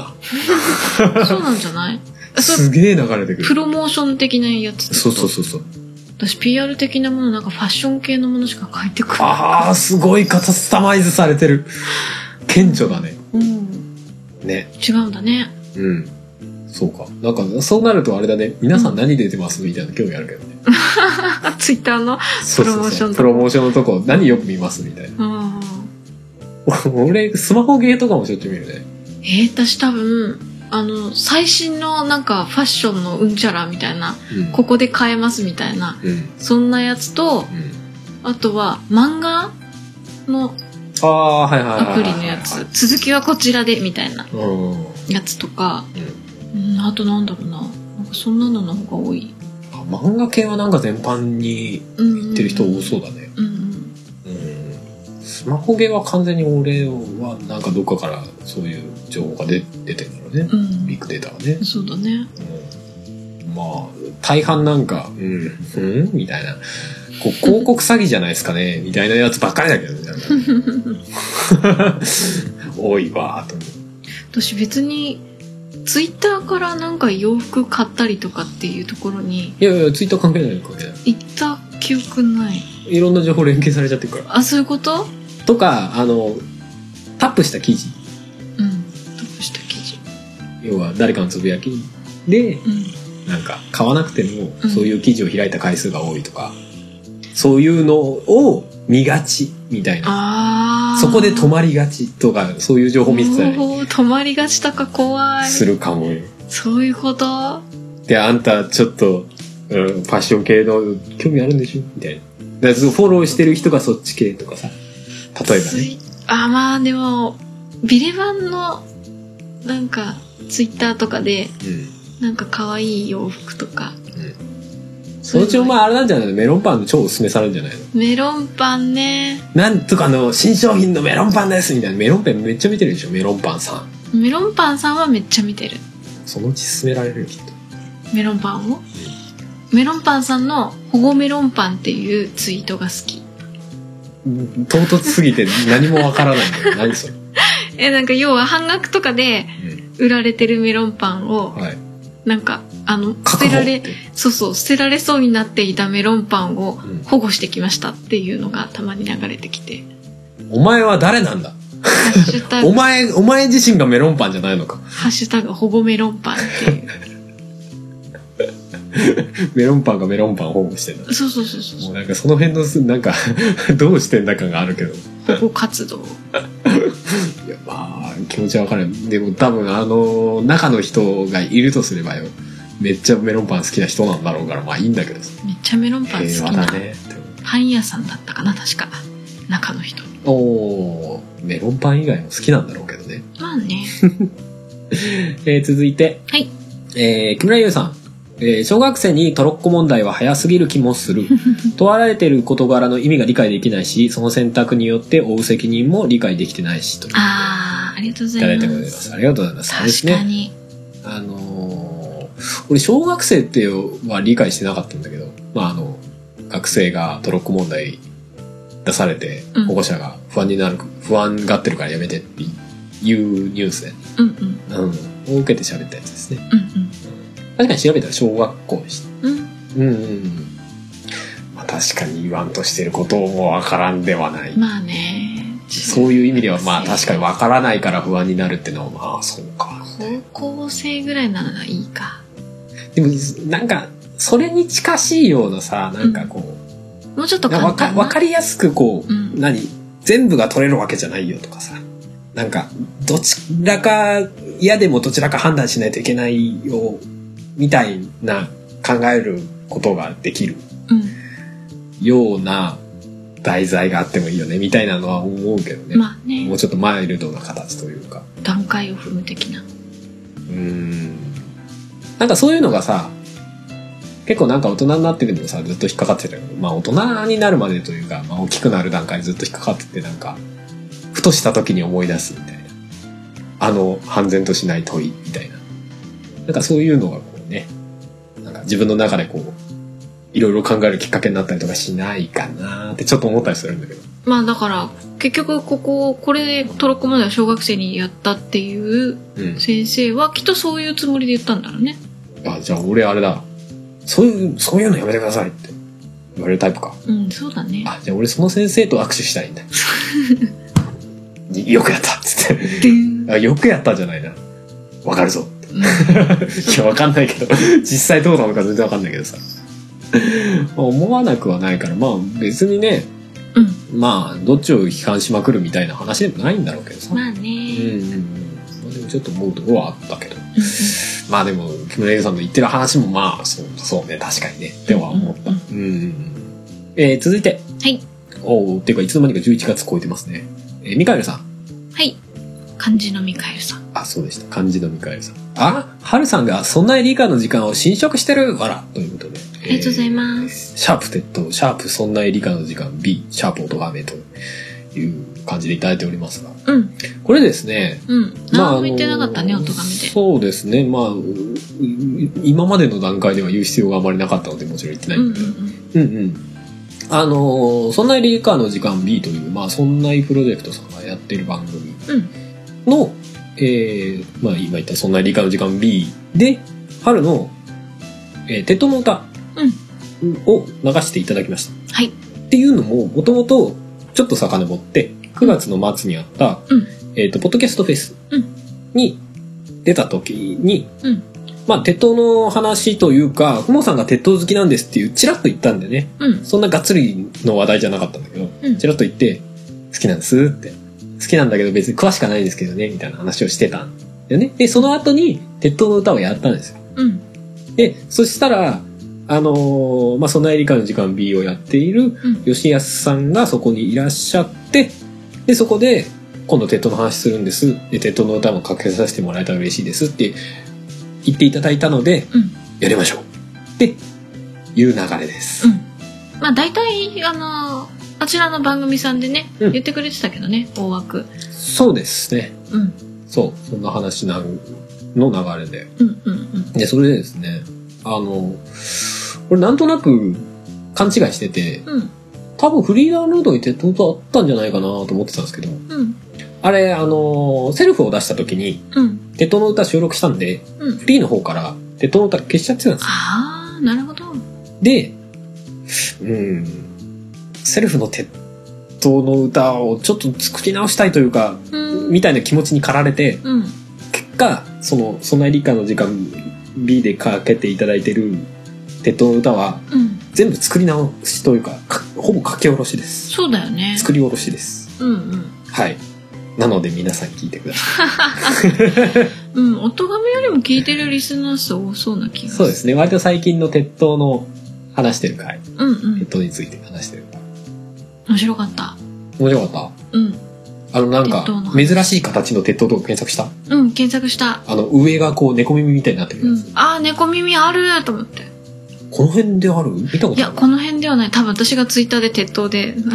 なそうなんじゃないそすれげえ流れてくプるロモーション的なやつそうそうそうそう私 PR 的なものなんかファッション系のものしか書いてくるああすごいカスタマイズされてる顕著だねうんね違うんだねうんそうかなんかそうなるとあれだね皆さん何出てますみたいな興味あるけどねあツイッターのそうそうそうププロロモーションのとこ何よく見ますみたいなうん俺スマホゲーとかもしょっちゅう見るねえー、私多分あの最新のなんかファッションのうんちゃらみたいなうんここで買えますみたいなうん、そんなやつとうん、あとは漫画のああはいはいはいはいアプリのやつ続きはこちらでみたいなうんうんやつとか、うん、あとなんだろうななんかそんなのの方が多いあ漫画系はなんか全般に言言ってる人多そうだね、うんうんうんスマホゲーは完全に俺はなんかどっかからそういう情報が出出てるんだろうねう。ビんッグデータがね。そうだねうん、まあ、大半なんか、うん、うんみたいな。こう広告詐欺じゃないですかね、みたいなやつばっかりだけどね。 なんか多いわ、と思私別にツイッターからなんか洋服買ったりとかっていうところにう。いやいや、ツイッター関係ない関係ない。行った記憶ないいろんな情報連携されちゃってるからあ、そういうこととかあのタップした記事うん。トップした記事。要は誰かのつぶやきでうん。なんか買わなくてもうんそういう記事を開いた回数が多いとか、そういうのを見がちみたいなああ。そこで止まりがちとかそういう情報見てたりおー止まりがちとか怖い。するかもよ。そういうことであんたちょっと、うん、ファッション系の興味あるんでしょみたいな。だからフォローしてる人がそっち系とかさ例えばツね。イあまあでもビレバンのなんかツイッターとかでなんか可愛い洋服とかうん、そのうちお前あれなんじゃないのメロンパンの超おすすめされるんじゃないのメロンパンねなんとかの新商品のメロンパンですみたいなメロンパンめっちゃ見てるでしょメロンパンさんメロンパンさんはめっちゃ見てるそのうち勧められるよきっとメロンパンをメロンパンさんの「保護メロンパン」っていうツイートが好き唐突すぎて何もわからないんだよ何それ、えなんか要は半額とかでう売られてるメロンパンをん、はいなんかあの捨確て保らっれてそうそう捨てられそうになっていたメロンパンをん保護してきましたっていうのがたまに流れてき てお前は誰なんだハッシュタグお前お前自身がメロンパンじゃないのかハッシュタグほぼメロンパンっていう。メロンパンがメロンパンを保護してるそうそうそうそうもうなんかその辺のすなんか どうしてんだ感があるけど保護活動。いやまあ気持ちはわかるでも多分あの中の人がいるとすればよめっちゃメロンパン好きな人なんだろうからまあいいんだけどさめっちゃメロンパン平好和きなだ。ねって思うパン屋さんだったかな、確か。中の人。おおメロンパン以外も好きなんだろうけどね、ま あね。えー続いて、はい。えー木村優さん、えー小学生にトロッコ問題は早すぎる気も する問われてる事柄の意味が理解できないしその選択によって負う責任も理解できてないしといあー、ありがとうごただざいいてま。ございますすありがとうございますそうです確かねに。あのー俺小学生っては理解してなかったんだけどまああの学生がトロッコ問題出されてうん保護者が不安になる、不安がってるからやめてっていうニュースでうんうん。うん、を受けて喋ったやつですね。うん確かに調べたら小学校でしうん。うん。た。うんうんうん。まあ確かに言わんとしてることもわからんではない。まあね。そういう意味ではまあ確かにわからないから不安になるってのはまあそうか。高校生ぐらいならいいか。でもなんかそれに近しいようなさ、なんかこう、もうちょっとなんか簡わか単わかな。りやすくこう、うん何全部が取れるわけじゃないよとかさ。なんか、どちらか嫌でもどちらか判断しないといけないよ、みたいな考えることができるうん。ような題材があってもいいよねみたいなのは思うけどね、まあもねう。ちょっとマイルドな形というか段階を踏む的な。うーんなんかそういうのがさ結構なんか大人になっててもさずっと引っかかってたけどまあ大人になるまでというか、まあ、大きくなる段階ずっと引っかかっててなんかふとした時に思い出すみたいなあの半然としない問いみたいななんかそういうのがこうねなんか自分の中でこういろいろ考えるきっかけになったりとかしないかなーってちょっと思ったりするんだけどまあだから、結局ここ、これトロッコまでは小学生にやったっていううん先生はきっとそういうつもりで言ったんだろうねあ、じゃあ俺あれだ。そういう、そういうのやめてくださいって言われるタイプか。うんそうだねあ、じゃあ俺その先生と握手したいんだ。 よくやったっつって。でん、あ、よくやったじゃないな。わかるぞ。うんいや、わかんないけど、実際どうなのか全然わかんないけどさ。まあ思わなくはないから、まあ別にね、うん、まあどっちを批判しまくるみたいな話でもないんだろうけどさ。まあね、うんうんうん。まあでもちょっと思うところはあったけど。まあでも木村優さんの言ってる話もまあそうそうね確かにねっては思った。ううんんうんうんえー続いてはいおおていうかいつの間にか11月超えてますね。えーミカエルさんはい漢字のミカエルさんあそうでした漢字のミカエルさんあハルさんがそんな理科の時間を侵食してるわらということで、ありがとうございす。ます、シャープテッドシャープそんな理科の時間 B シャープ音がめという感じでいただいておりますがうんこれですねうん何も言ってなかったね、音が見てそうですねまあうう今までの段階では言う必要があまりなかったのでもちろん言ってないうんんだうけど、んうんうんあのーそんな理科の時間 B という、まあ、そんないプロジェクトさんがやってる番組うんの、えーまあ、今言ったそんな理科の時間 B で、春の、えー、テッドの歌うんを流していただきました。はいっていうのも、もともと、ちょっと遡って、9月の末にあった、うんえっ、と、ポッドキャストフェスうんに出た時に、うんまあ、鉄塔の話というか、ふもさんが鉄塔好きなんですっていう、ちらっと言ったんでね、うんそんながっつりの話題じゃなかったんだけど、うんちらっと言って、好きなんですって。好きなんだけど別に詳しくはないですけどね、みたいな話をしてたんだよね。で、その後に、鉄塔の歌をやったんですよ。うんで、そしたら、あのーまあ、そのエリカの時間 B をやっているうん吉安さんがそこにいらっしゃって、で、そこで、今度鉄塔の話するんです。で、鉄塔の歌もかけさせてもらえたら嬉しいですって言っていただいたので、うんやりましょうっていう流れです。うんまあ大体あのあちらの番組さんでね、うん言ってくれてたけどね大枠、そうですね。うん、そう、そんな話なんの流れで。うんうんうんで、それでですね、あの、俺なんとなく勘違いしてて、うん多分フリーダウンロードに鉄塔とあったんじゃないかなと思ってたんですけど、うんあれ、あの、セルフを出した時に、うん鉄塔の歌収録したんで、うんフリーの方から鉄塔の歌消しちゃってたんですよ。ああなるほどで、うん、セルフの鉄塔の歌をちょっと作り直したいというか、うんみたいな気持ちに駆られて、うん結果その「そんな理科の時間 B」でかけていただいてる鉄塔の歌はうん全部作り直しというかかほぼ書き下ろしですそうだよね作り下ろしですうんうんはいなので皆さん聞いてくださうん、音亀よりも聞いてるリスナー数多そうな気いがそうですね割と最近の鉄塔の話してる回うんうん鉄塔について話してる回面白かった面白かっうんたあのなんか鉄塔の話珍しい形の鉄塔とか検索したうん検索したあの上がこう猫耳みたいになってるうやんつ、ああ猫耳あると思ってこの辺である見たこいやとこないの辺ではない多分私がツイッターで鉄塔で あ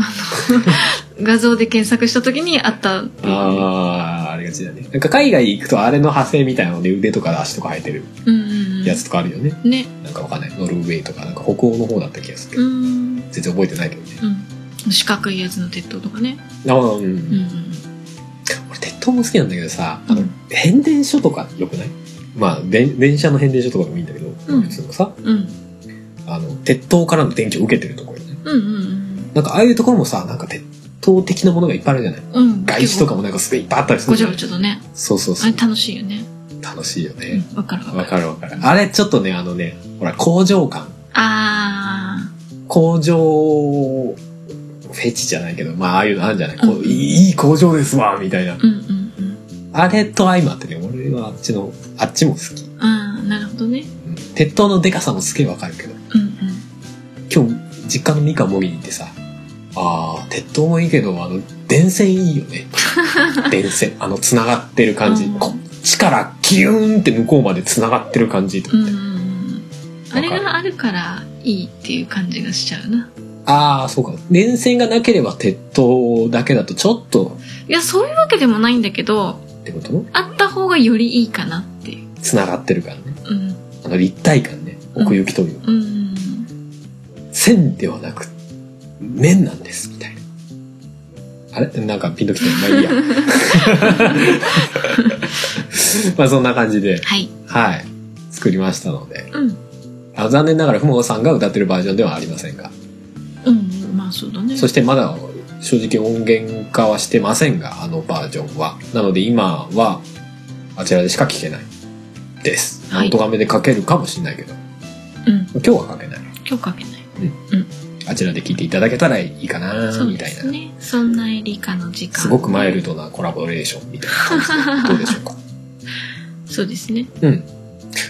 の画像で検索した時にあったああーありがちだねなんか海外行くとあれの派生みたいなので腕とか足とか生えてるうんうんうんやつとかあるよね。ねなんかわかんない。ノルウェーとか、なんか北欧の方だった気がするけうど、ん全然覚えてないけどね。うん四角いやつの鉄塔とかねああ、うん。うんうん俺、鉄塔も好きなんだけどさ、あのうん、変電所とかよくないまあ、で電車の変電所とかでもいいんだけど、うん普通のさ、うんあの、鉄塔からの電気を受けてるところよね。うんうんなんか、ああいうところもさ、なんか鉄塔的なものがいっぱいあるじゃないうんうん外資とかもなんかすごいいっぱいあったりするごちじゃゃなごいちゃとねそうそうあそれう。楽しいよね楽しいようんね。わかるわかわかるるわかる。あれ、ちょっとね、あのね、ほら、工場感。あ工場フェチじゃないけど、まあああいうのあるんじゃない、こううんいいいい工場ですわみたいなあ。うんうんうんあれと相まってね、俺はあっちの、あっちも好き。ああなるほどねうん鉄塔のデカさもすげえわかるけど、うんうん今日実家のみかんもみに行ってさ、ああ、鉄塔もいいけど、あの、電線いいよ ね。電線。あの、繋がってる感じ。うんこっちからキューンって向こうまで繋がってる感じとう思って。んうんうんあれがあるからいいっていう感じがしちゃうなああ、そうか。電線がなければ鉄塔だけだとちょっと、いやそういうわけでもないんだけどってことあった方がよりいいかなっていう繋がってるからね。うんあの立体感ね奥行きという、うんうん線ではなく面なんですみたいなあれなんかピンときてないまあいいや まあそんな感じではいはい作りましたのでうんあ残念ながらふもさんが歌ってるバージョンではありませんがうんまあそうだねそしてまだ正直音源化はしてませんがあのバージョンはなので今はあちらでしか聴けないですはい音とがめで書けるかもしれないけどうん今日は書けない今日かけないあちらで聞いていただけたらいいかなそうみでたいなすねそんなエリカの時間すごくマイルドなコラボレーションみたいな感じでどうでしょうかそうですねうん、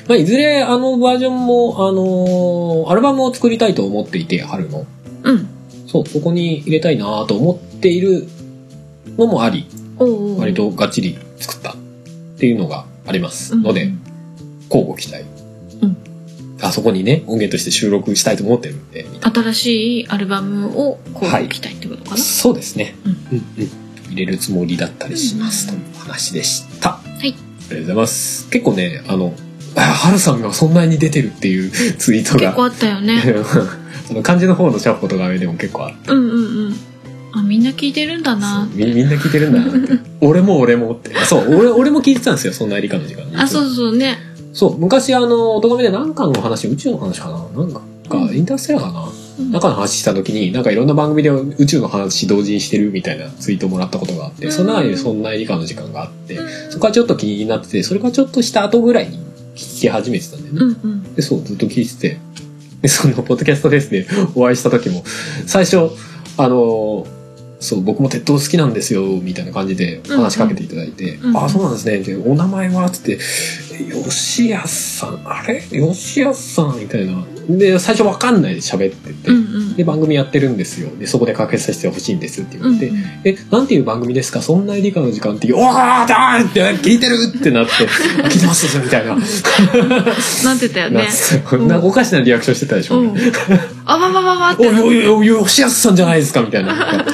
まあ、いずれあのバージョンもあのーアルバムを作りたいと思っていて春のうんそうそこに入れたいなと思っているのもありおうおう割とがっちり作ったっていうのがありますので、うん交互期待、うんあそこにね音源として収録したいと思ってるんで新しいアルバムをこうきたいってことかな、そうですね、うんうんうん入れるつもりだったりしますという話でした、いありがとうございます結構ねあの あ春さんがそんなに出てるっていう ツイート結構があった よねあの漢字の方のシャッフォとか上でも結構あっうんうんうんあみんな聞いてるんだなたみみんな聞いてるんだ なって俺も俺もってそう俺俺も聞いてたんですよそんな理科の時間にあそうそうねそう昔あの「おとがめ」で何巻の話宇宙の話かななんかうんインターステラーかな、中の話した時になんかいろんな番組で宇宙の話同時にしてるみたいなツイートもらったことがあってその中にそんな理科の時間があってそこはちょっと気になっててそれがちょっとした後ぐらいに聞き始めてたんだよねうんうんで、そう、ずっと聞いてて。で、その、ポッドキャストフェスでお会いした時も、最初、あの、そう、僕も鉄塔好きなんですよ、みたいな感じでうん話しかけていただいて、うんああ、そうなんですね、って、お名前はつって、吉安さん、あれ吉安さんみたいな。で、最初わかんないで喋ってて、うんうんで、番組やってるんですよ。で、そこでかけさせてほしいんですってう言んって、え、なんていう番組ですかそんな理科の時間って、おーだーって聞いてるってなって、あ聞いてますみたいな。なってたよねななおかしなリアクションしてたでしょ、うん あわわわわっおていおいおいおい吉安さんじゃないですかみたいな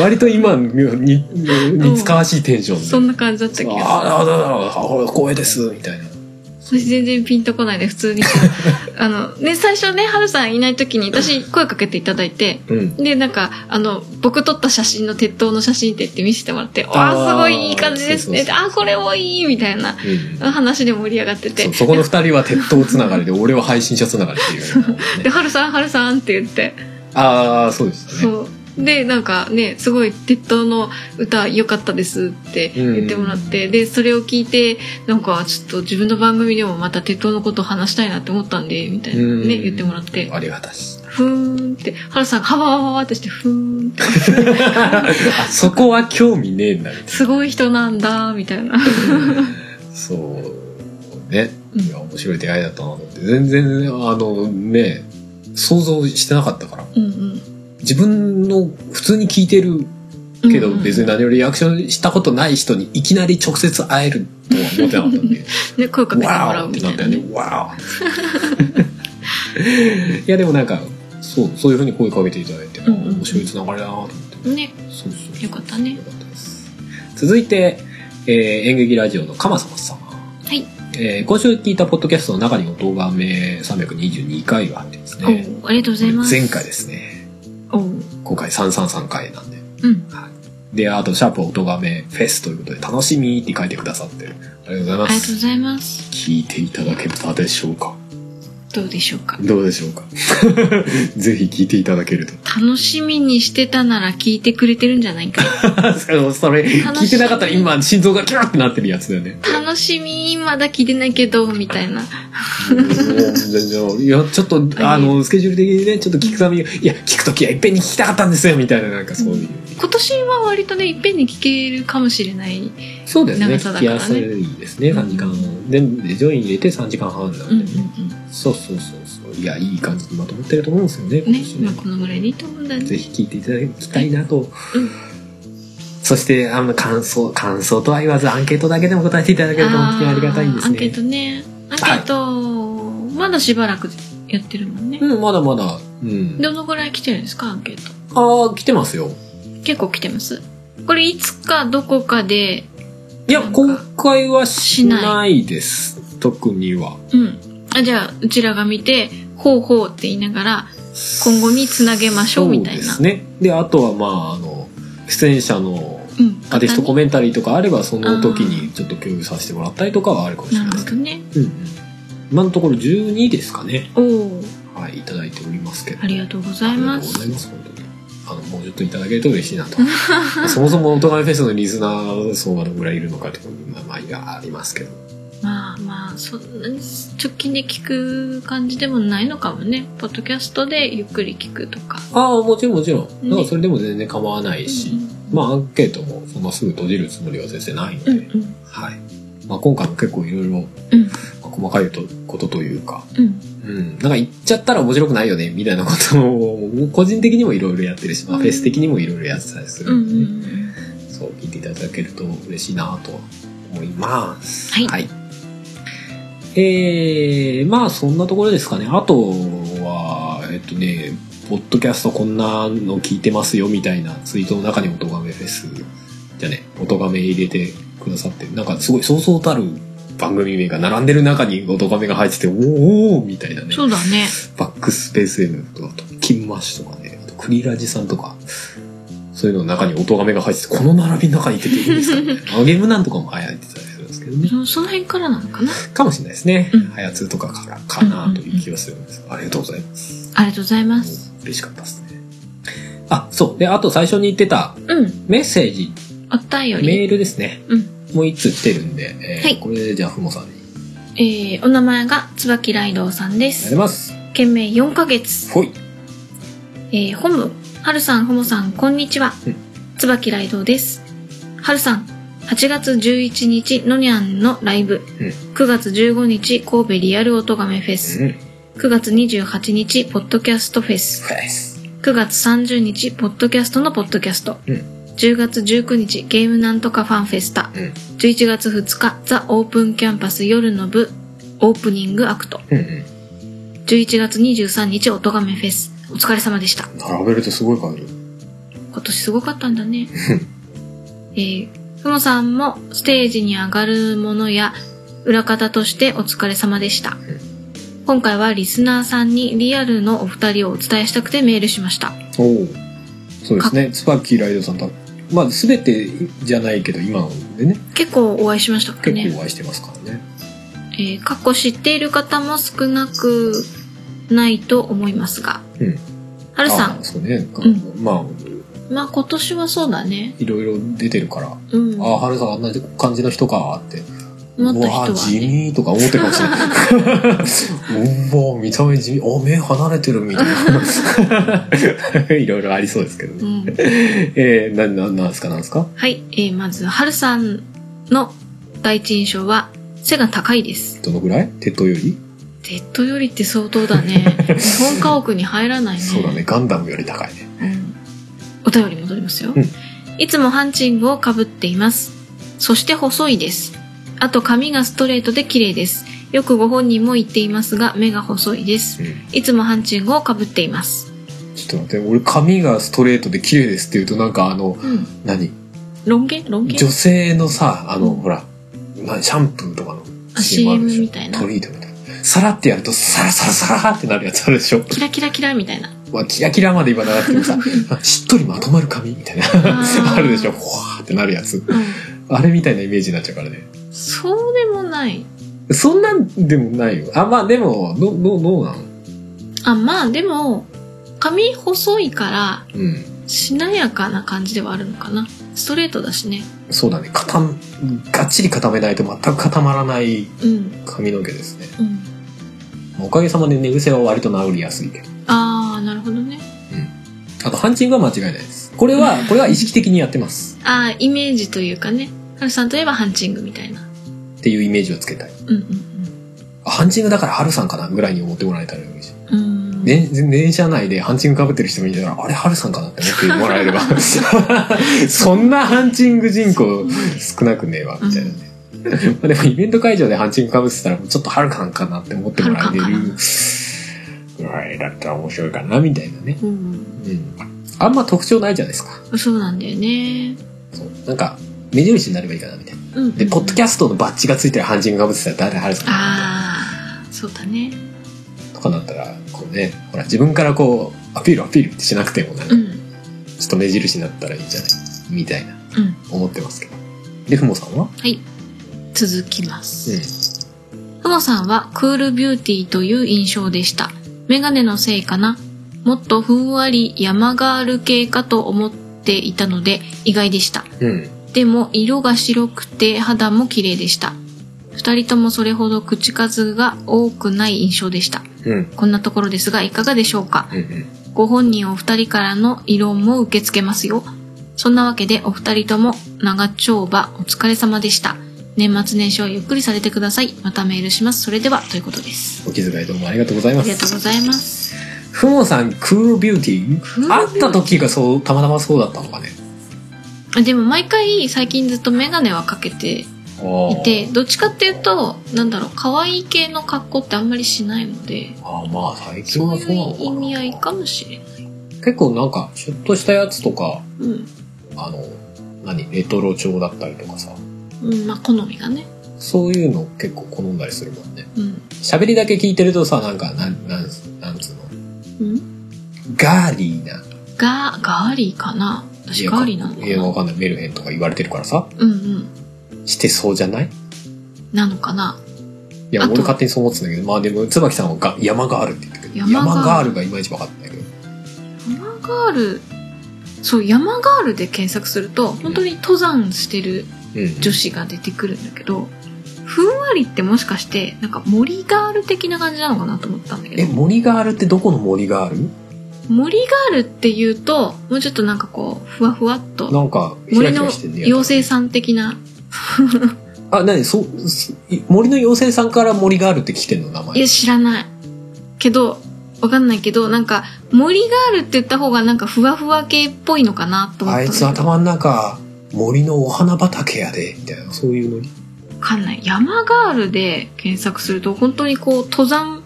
割と今に似つかわしいテンションで、そんな感じだったけどあああああああ光栄ですみたいな私全然ピンとこないで普 通にあのね最初ねはるさんいない時に私声かけていただいてうんでなんかあの僕撮った写真の鉄塔の写真って言って見せてもらって「ああーあすごいいい感じですね」そうそうあーこれもいい」みたいなうん話で盛り上がっててそうそこの二人は鉄塔つながりで俺は配信者つながりっていう、ね、で「はるさんはるさん」って言ってああそうですねそうでなんかねすごい「鉄塔の歌良かったです」って言ってもらって、でそれを聞いてなんかちょっと自分の番組でもまた鉄塔のこと話したいなって思ったんでみたいなうんね言ってもらってありがたしふーんって原さんがはわわわってしてふーんってあそこは興味ねえんだみたいなすごい人なんだみ たいなそうねうんいや面白い出会いだったなと思って全然あのね想像してなかったからうんうん自分の普通に聞いてるけどうんうん別に何よりリアクションしたことない人にいきなり直接会えるとは思ってなかったん でで声かけてもらわーうってみなたったいなよねね。わー いやでもなんかそうそういうふうに声かけていただいて、あうんうん面白いつながりだなと思ってねそうそうよかったねよかったです続いて、えー演劇ラジオの鎌様様はいえー今週聞いたポッドキャストの中にも動画名322回があってですおねうありがとうございます前回ですねおう今回333回なんでうんで、あと、シャープ音がめフェスということで、楽しみって書いてくださって、ありがとうございまありがとうす。ございます聞いていただけたでしょうかどうでしょうかどうでしょ うかぜひ聞いていただけると。楽しみにしてたなら聞いてくれてるんじゃ ないか それ、聞いてなかったら今、心臓がキューってなってるやつだよね。楽しみまだ聞いてないけどみたいな全然、いや、ちょっと、あの、スケジュール的にね、ちょっと聞くために、いや、聞くときはいっぺんに聞きたかったんですよ、みたいな、なんかそういう。今年は割とねいっぺんに聞けるかもしれないそうですね、長さ聞だきからやねすいですね、3時間。全部で、上位入れて3時間半なんうでんうんね。そうそうそうそういやいい感じにまとまってると思うんですよねうんね今年まあこのぐらいでいいと思うんだねぜひ聞いていただきたいなと、うんそしてあの感想感想とは言わずアンケートだけでも答えていただけると本当にありがたいんでアすンケーねトねアンケート、まだしばらくやってるもんね、うんまだまだうんどのぐらい来てるんですかアンケートああ来てますよ結構来てますこれいつかどこかでいやなんか今回はししないないです特にはうんあじゃあうちらが見て「ほうほう」って言いながら今後につなげましょうみたいなそうですねであとはまああの出演者のうんアーティストコメメンタリーとかあればその時にちょっと共有させてもらったりとかはあるかもしれなないでるほすけどどねうんうん今のところ12ですかね。おおはい、いただいておりますけど。ありがとうございまありがとうすございます本当に。あの、もうちょっといただけると嬉しいな と。そもそも、オトガメフェスのリスナー層がどのぐらいいるのかとか、まあ、まあ、いやありますけど。まあまあそんなに直近で聞く感じでもないのかもねポッドキャストでゆっくり聞くとかああ、もちろんもちろん。ねだからそれでも全然構わないし、うんまあ、アンケートもそんなすぐ閉じるつもりは全然ないので、うんうんはい。まあ、今回も結構いろいろ、うんまあ細かいとことというか、うんうん、なんか言っちゃったら面白くないよね、みたいなことを、個人的にもいろいろやってるし、まあ、うんフェス的にもいろいろやってたりすうるんんうでね、んうんそう、聞いていただけると嬉しいなと思います。はいえー、まあ、そんなところですかね。あとは、えっとね、ポッドキャストこんなの聞いてますよ、みたいなツイートの中に音がめフェス、じゃね、音がめ入れてくださって、なんかすごいそうそうたる番組名が並んでる中に音がめが入ってて、おーおーみたいなね。そうだねバックスペース M とか、あと、金マッシュとかね、あと、クリラジさんとか、 そういうのの中に音がめが入ってて、この並びの中にいてていいんですかね。あのゲームなんとかも入ってたりするんですけけどね。そその辺からなのかなかもしれないですねうん。ハヤツとかからかなという気がするんです。ありがとうございます。ありがとうございます。嬉しかったですね。あ、そう。で、あと最初に言ってたうん。メッセージ、お便メり。ールですね。うん。もう一通来てるんで、えーはいこれでじゃあ、ふもさんに。えー、お名前が椿ライドウさんやでりす。ます。件名4ヶ月。ほい。えー、ホム、はるさん、ほもさん、こんにちはうん。つばきらいどうです。はるさん、8月11日、のにゃんのライブ。うん9月15日、神戸リアルおとがめフェス。うん。 9月28日、ポッドキャストフェス。です。 9月30日、ポッドキャストのポッドキャスト。うん10月19日、ゲームなんとかファンフェスタ。うん。 11月2日、ザ・オープンキャンパス夜の部、オープニングアクト。うんうん。 11月23日、おとがめフェス。お疲れ様でした。並べるとすごい感じる。今年すごかったん だね。えー、ふもさんもステージに上がるものや裏方としてお疲れ様でした。今回はリスナーさんにリアルのお二人をお伝えしたくてメールしました。おお。そうですね。ツバキライドさんとは、まあ、すべてじゃないけど、今のでね、結構お会いしましたから結ね。構お会いしてますからね。えー、過去知っている方も少なくないと思いますが。うん。はるさあん、そうね。んまあ、まあ今年はそうだね。いろいろ出てるから、うん。ああ、はるさんあんな感じの人かって。思った人うわは地ね。味とか思ってるかも しれない。うわ見た目地味。あ、目離れてるみた いな。いろいろありそうですけどうね。んえー、な、な、なんですか、なんですかはい、えー、まず、はるさんの第一印象は、背が高いです。どのぐらい鉄塔より、デッドよりって相 当だね。日本家屋に入らないね。そうだね。ガンダムより高いね。うん。お便り戻りますよ。うんいつもハンチングをかぶっています。そして細いです。あと髪がストレートで綺麗です。よくご本人も言っていますが、目が細いですう。ん。いつもハンチングをかぶっています。ちょっと待って、俺髪がストレートで綺麗ですって言うとなんかあの、うん。何ロン毛ロン毛女性のさ、あの、うんほら、なシャンプーとかのあ CM みたいなトリートみたいな。さらってやるとサラサラサラってなるやつあるでしょ。キラキラキラみたいな。まあ、キラキラまで言わなくても さ、しっとりまとまる髪みたいな。ーあるでしょ。ほわーってなるやつ。うん。あれみたいなイメージになっちゃうからね。そうでもない。そんなんでもないよ。あ、まあでも、ど、ど、どうなのあ、まあでも、髪細いから、うん。しなやかな感じではあるのかな。ストレートだしね。そうだね。固ん、がっちり固めないと全く固まらないうん。髪の毛ですね。うん。まあおかげさまで寝癖は割と治りやすいけど。あー、なるほどね。あと、ハンチングは間違いないです。これは、これは意識的にやってます。あー、イメージというかね。ハルさんといえばハンチングみたいな。っていうイメージをつけたい。うんあハンチングだからハルさんかなぐらいに思ってもらえたら嬉しい。うんうん。うーん。電電車内でハンチング被ってる人もいたら、あれ、ハルさんかなって思ってもらえれば。そんなハンチング人口少なくねえわ、みたいなね。 まあでもイベント会場でハンチング被ってたら、ちょっとハルさんかなって思ってもらえるハルカンかなぐらいだったら面白いかな、みたいなね。うんうん。あんま特徴ないじゃないですか。うん。そうなんだよね。そう。なんか、目印になればいいかな、みたいな。うん、うん。で、ポッドキャストのバッジがついてるハンチング被ってたら、誰ハルさんかなみたいな。あー、そうだね。とかなったら、こうね、ほら、自分からこう、アピールアピールってしなくても、なんかう、ん。ちょっと目印になったらいいんじゃないみたいな、うん。思ってますけど。で、ふもさんははい。続きます。うふもさんはクールビューティーという印象でした。メガネのせいかなもっとふんわり山ガール系かと思っていたので意外でした。ん。うん。でも色が白くて肌も綺麗でした。二人ともそれほど口数が多くない印象でした。うん。こんなところですがいかがでしょうかうん。うん。ご本人お二人からの異論も受け付けますよ。そんなわけでお二人とも長丁場お疲れ様でした。年末年始をゆっくりされてください。またメールします。それではということです。お気遣いどうもありがとうございあまりがとうごす。ざいます。ふもさん、クールビューティクールービューティー会った時がそう、たまたまそうだったのかね。でも毎回最近ずっとメガネはかけてあいあ。て、どっちかっていうと、なんだろう、可愛い系の格好ってあんまりしないので、ああ、まあ、最近そうはいそうなのうか意味合いな。かもしれない。結構なんか、ちょっとしたやつとか、うん。あの、何、レトロ調だったりとかさ、うん、まあ好みがね。そういうの結構好んだりするもんね。うん。喋りだけ聞いてるとさ、なんか、なん、なん、なんつうの、うん。ガーリーな。ガー、ガーリーかな私ガーリーなのかいや、わなかんない。メルヘンとか言われてるからさ、うんうん。してそうじゃないなのかないや、あと俺勝手にそう思ってたんだけど、まあでも、椿さんはが山ガールって言ったけど、山ガール山ガールがいまいち分かったんだけど。山ガールそう山ガールで検索すると本当に登山してるうん。女子が出てくるんだけどふんわりってもしかしてなんか森ガール的な感じなのかなと思ったんだけえ、ど森ガールってどこの森ガー森ガールっていうともうちょっとなんかこうふわふわっルとなんか、キラ森キのラしてんね。やっぱ妖精さん的なあ、なに、そう、すい森の妖精さんから森ガールって来てんの名い前。や知らないけどわかんないけどなんか森ガールって言った方がなんかふわふわ系っぽいのかなと思ったあんいだけつど頭ん中、森のお花畑やで、みたいな、そういうのに。わかんない。山ガールで検索すると、本当にこう、登山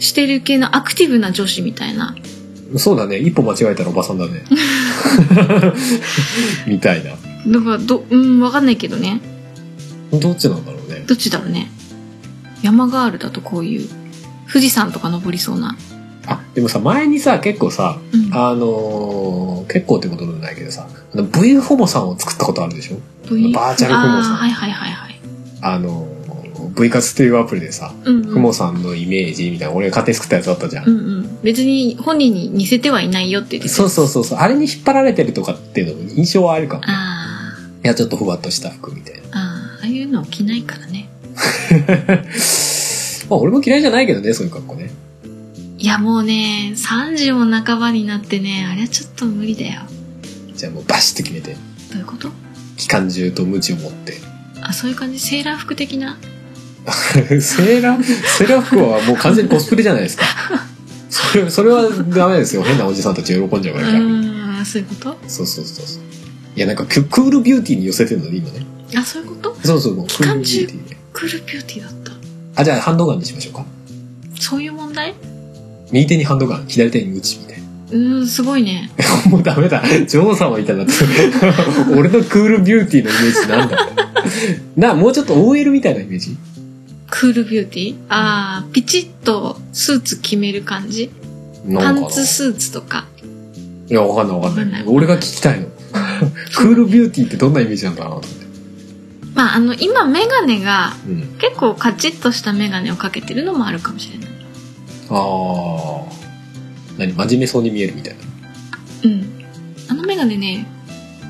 してる系のアクティブな女子みたいな。そうだね、一歩間違えたらおばさんだね。 みたいな。だから、ど、うん、わかんないけどね。どっちなんだろうね。どっちだろうね。山ガールだとこういう、富士山とか登りそうな。あ、でもさ、前にさ、結構さ、うん。あのー結構ってことでもないけどさ、あの V ホモさんを作ったことあるでしょどういうバーチャルクモさんあーはいはいはいはい。あのー V 活っていうアプリでさ、うん、うん。クモさんのイメージみたいな、俺が勝手に作ったやつあったじゃん。うんうん。別に本人に似せてはいないよって言ってたそうそうそうそう、あれに引っ張られてるとかっていうのも印象はあるかも。いあーや、ちょっとふわっとした服みたいな。あー、ああいうの着ないからね。まあ、俺も嫌いじゃないけどね、そういう格好ね。いやもうね、30も半ばになってね、あれはちょっと無理だよ。じゃあもうバシッと決めて、どういうこと機関銃と鞭を持って。あそういう感じセーラー服的な セーラー、セーラー服はもう完全にコスプレじゃない ですか。それ、それはダメですよ。変なおじさんたち喜んじゃううから逆に。ーんそういうことそうそうそうそう。いや、なんかククールビューティーに寄せてるのね、今ね。あそういうことそうそう、もうク機ール関ビュ銃ーティーで。クールビューティーだったあ、じゃあハンドガンにしましょうか。そういう問題右手にハンドガン、左手に打ちみたいな。うーんすごいねもうダメだ。女王様みたいになってる 俺のクールビューティーのイメージなんだろうな、もうちょっと OL みたいなイメージクールビューティーあーピチッとスーツ決める感じなパのかなンツスーツとかいや、わかんないわかんない。わかんない俺が聞きたいの。クールビューティーってどんなイメージなんだろうなと思って。まああの今メガネがうん。結構カチッとしたメガネをかけてるのもあるかもしれないああ。何真面目そうに見えるみたいうんあのメガネね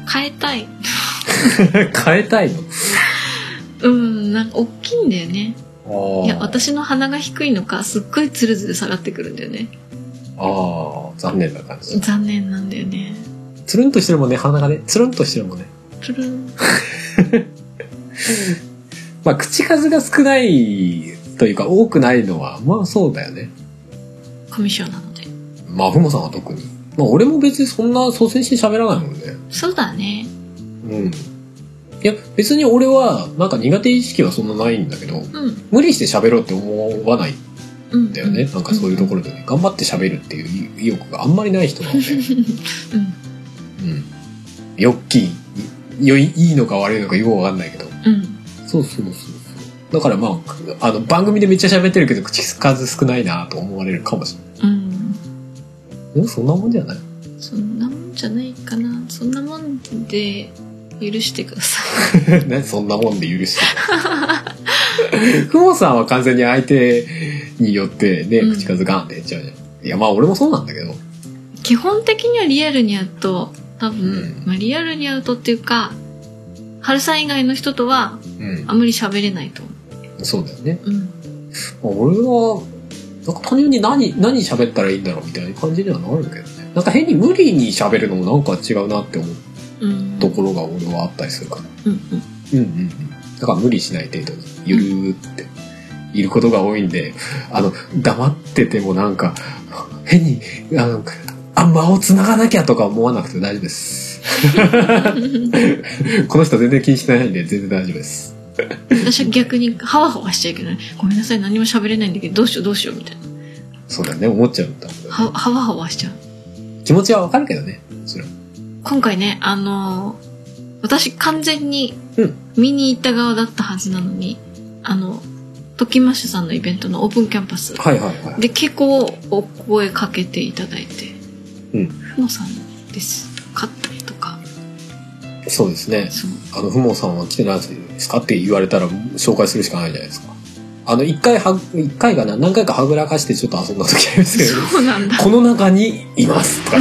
変えたいな。 変えたいのうんなんか大きいんだよねああ。いや私の鼻が低いのかすっごいツルツル下がってくるんだよねああ、残念な感じ。残念なんだよねつるんとしてるもんね、鼻がね。つるんとしてるもんね。プルンまあ、口数が少ないというか、多くないのは、まあそうだよね。コミュ障なのでまあ、ふもさんは特に。まあ、俺も別にそんな率先して喋らないもんね。そうだねうん。いや、別に俺は、なんか苦手意識はそんなないんだけど、うん無理して喋ろうって思わないんうんだよね。なんかそういうところでね、頑張って喋るっていう意欲があんまりない人なので。 うんうん。よっきい、よい、いいのか悪いのかよくわかんないけど。うんそうそうそうそう。だからまあ、あの、番組でめっちゃ喋ってるけど、口数少ないなと思われるかもしれうんない。うん、そんなもんじゃ ないそんなもんじゃないかなそんなもんで許してくださいね、そんなもんで許して。 クモさんは完全に相手によってね、うん口数ガンって減っちゃうじゃん。いや、まあ俺もそうなんだけど。 基本的にはリアルに会うと多分、うんまあ、リアルに会うとっていうか春さん以外の人とはうんあ。んまり喋れないと思そうだよね。ううんまあ俺は、なんか単純に何、何喋ったらいいんだろうみたいな感じにはなるけどね。なんか変に無理に喋るのもなんか違うなって思ううんところが俺はあったりするから。うんうんうんうん。だから無理しない程度に、ゆるーって、いることが多いんで、あの、黙っててもなんか、変に、あの、あ、間を繋がなきゃとか思わなくて大丈夫 です。うんこの人全然気にしてないんで、全然大丈夫です。私は逆にハワハワしちゃいけないごめんなさい何も喋れないんだけどどうしようどうしようみたいなそうだね、思っちゃうんだ。ハハワハワしちゃう気持ちはわかるけどね、それは。今回ね、あのー私完全にうん見に行った側だったはずなのに、あの、トキマッシュさんのイベントのオープンキャンパスはいはいはい。で結構お声かけていただいて、うんふもさんですかとか、そうですねそうあの、ふもさんは来てないですかって言われたら紹介するしかないじゃないですか。あの、一回は、一回がな何回かはぐらかしてちょっと遊んだ時あります けど、そうなんだこの中にいますとかっ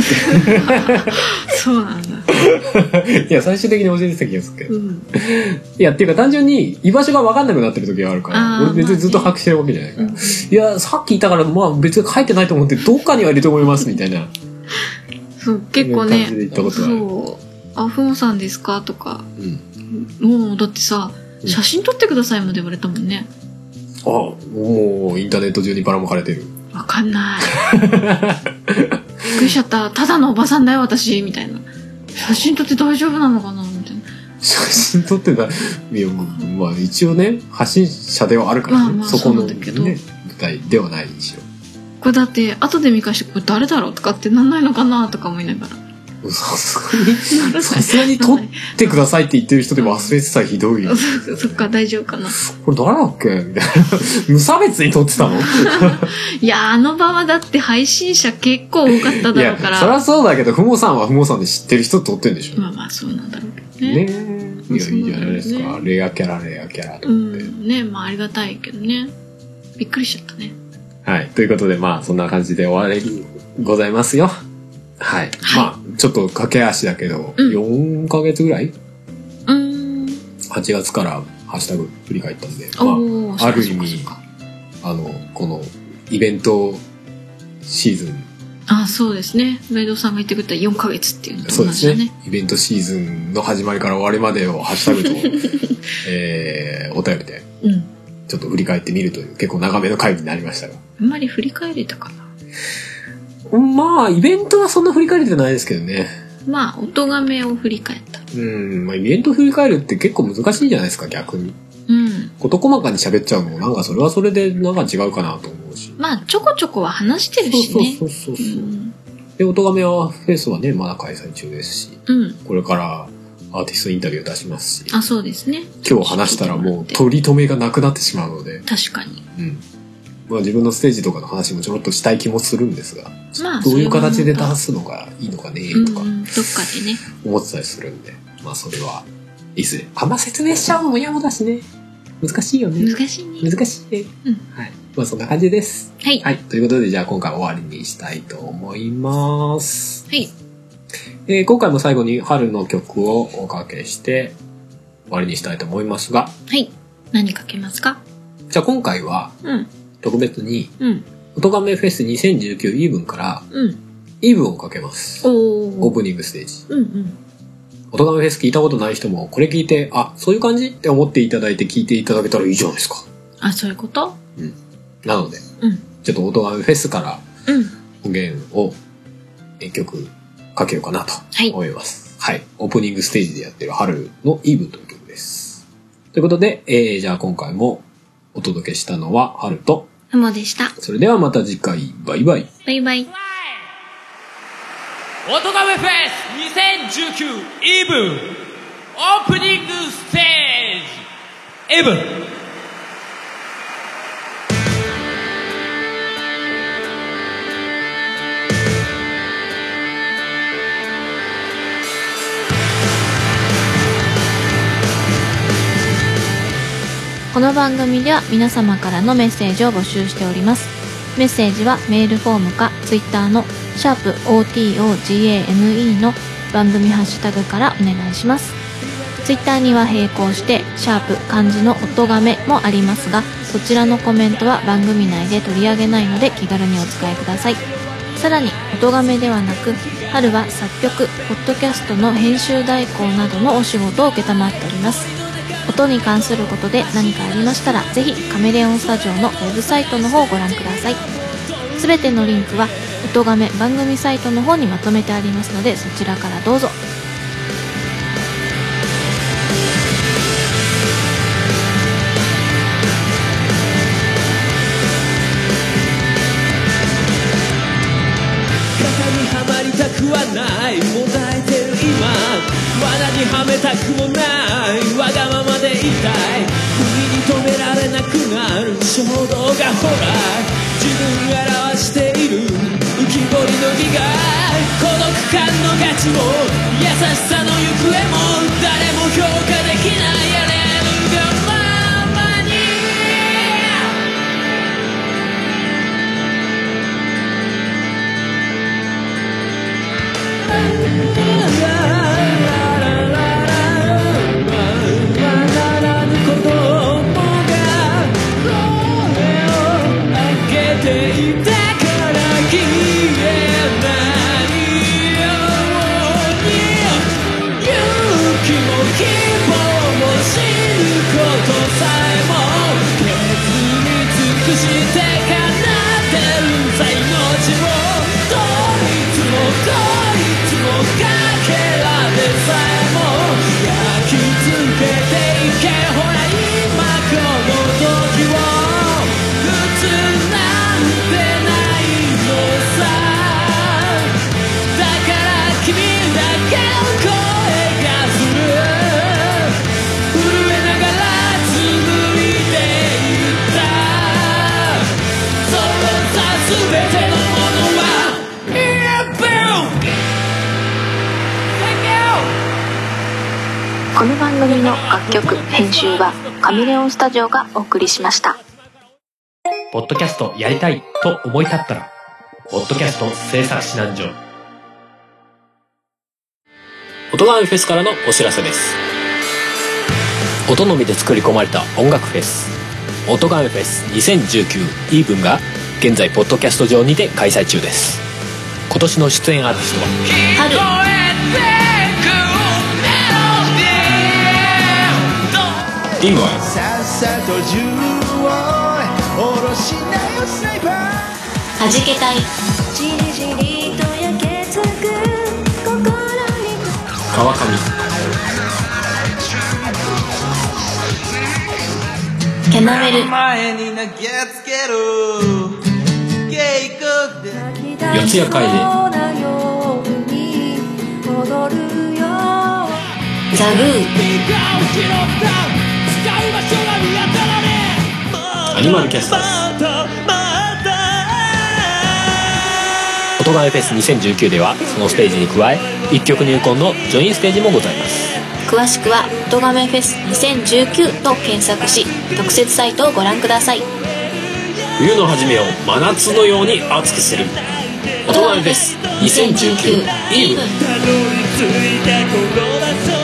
そうなんだて。い や、最終的に教えてた気がするけど。うんいや、っていうか単純に居場所が分かんなくなってる時があるかあら、ー俺別にずっと把握してるわけじゃないかうら。んいや、さっきいたから、まあ別に書いてないと思って、どっかにはいると思いますみたいな。そう結構いうね感じで言ったことがある。そう「あふもさんですか?」とかうん。もうだってさうん写真撮ってくださいまで言われたもんねあ、もうインターネット中にばらまかれてる。わか んないびっくりしちゃったただのおばさんだよ私みたいな写真撮って大丈夫なのかなみたいな写真撮ってたいやまあ一応ね発信者ではあるから、ねまあまあそこその、うなね、んだけど舞台ではないにし これだって後で見返してこれ誰だろうとかってなんないのかなとか思いながらろさすがにならないさすがに撮ってくださいって言ってる人で忘れてたらひどいよ そそっか大丈夫かなこれ誰だっけ みたいな無差別に撮ってたのいいやあの場はだって配信者結構多かっただろやうかそりらゃそうだけどふもさんはふもさんで知ってる人撮ってんでしょ、まあまあそうなんだろうけどねねいやいいじゃないですそうなか、レアキャラレアキャラとう思って、んねまあありがたいけどねびっくりしちゃったねはい。ということで、まあ、そんな感じで終わりございますよ。はい。まあ、ちょっと駆け足だけど、うん4ヶ月ぐらいうーん ?8 月からハッシュタグ振り返ったんで、おおまあ、ある意味そっ、かあの、このイベントシーズン、あそうですねメイドさんが言ってくれた4ヶ月っていうのとそう同でじすだねね。イベントシーズンの始まりから終わりまでをハッシュタグ と、えー、お便りで、うんちょっと振り返ってみるという、結構長めの回になりましたが。あんまり振り返れたかなまあ、イベントはそんな振り返れてないですけどね。まあ音がめを振り返ったうん、まあ、イベント振り返るって結構難しいじゃないですか、逆に。うん事細かに喋っちゃうのも、なんかそれはそれで、なんか違うかなと思うし。まあちょこちょこは話してるしそうねそうそうそう。うんで、音亀はフェスはね、まだ開催中ですし、うんこれからアーティストインタビュー出しますし、あそうですね今日話したらもう取り留めがなくなってしまうので、確かにうん。まあ自分のステージとかの話もちょろっとしたい気もするんですが、まあどういう形でそれは出またすのがいいのかねうんうとかんどっかでね思ってたりするんで、まあそれは、いずれ。あんま説明しちゃうのも嫌もだしね。難しいよね。難しいね難しいね。うんはい。まあそんな感じです。はいは。はいということで、じゃあ今回は終わりにしたいと思います。いえー今回も最後に春の曲をおかけして終わりにしたいと思いますが、はい何かけますかじゃあ今回はうん特別に、うん音亀フェス2019イーブンからうんイーブンをかけます。おオーおプニングステージ。うんうん音亀フェス聞いたことない人も、これ聞いて、あ、そういう感じって思っていただいて聞いていただけたらいいじゃないですか。あそういうことなので、うんちょっと音亀フェスからうん源を一曲かけようかなとはい思います。はい、オープニングステージでやってる春のイーブンという曲です。ということで、えー、じゃあ今回もお届けしたのは春と、ふもでしたそれではまた次回、バイバイ。バイバイオトガメフェス2019イブンオープニングステージイブンこの番組では皆様からのメッセージを募集しておりますメッセージはメールフォームかツイッターの「シャープ o t o g a m e の番組ハッシュタグからお願いしますツイッターには並行して「シャープ漢字の音がめ」もありますがそちらのコメントは番組内で取り上げないので気軽にお使いくださいさらに音がめではなく春は作曲ポッドキャストの編集代行などのお仕事を承っております音に関することで何かありましたらぜひカメレオンスタジオのウェブサイトの方をご覧くださいすべてのリンクは音がめ番組サイトの方にまとめてありますのでそちらからどうぞ型にはまりたくはないもだえてる今罠にはめたくもないわがままでいたい国に止められなくなる衝動がほら自分を表している浮き彫りの苦い孤独感の価値も優しさの行方もこの番組の楽曲編集はカメレオンスタジオがお送りしましたポッドキャストやりたいと思い立ったら、ポッドキャスト制作指南所。音がフェスからのお知らせです。音のみで作り込まれた音楽フェス、音がフェス2019イーブンが現在ポッドキャスト上にて開催中です。今年の出演アーティストは、今はさっさと銃を下ろしなよスナイパーはじけたいじりじりと焼けつく心に川上、キャナメル前に投げつける警告で泣き出しそうな夜に踊るよザグーアニマルキャスターズ。音ガメフェス2019ではそのステージに加え一曲入魂のジョインステージもございます詳しくは「音ガメフェス2019」と検索し特設サイトをご覧ください冬の初めを真夏のように熱くする音ガメフェス2019イーブンたどり着いたこの場所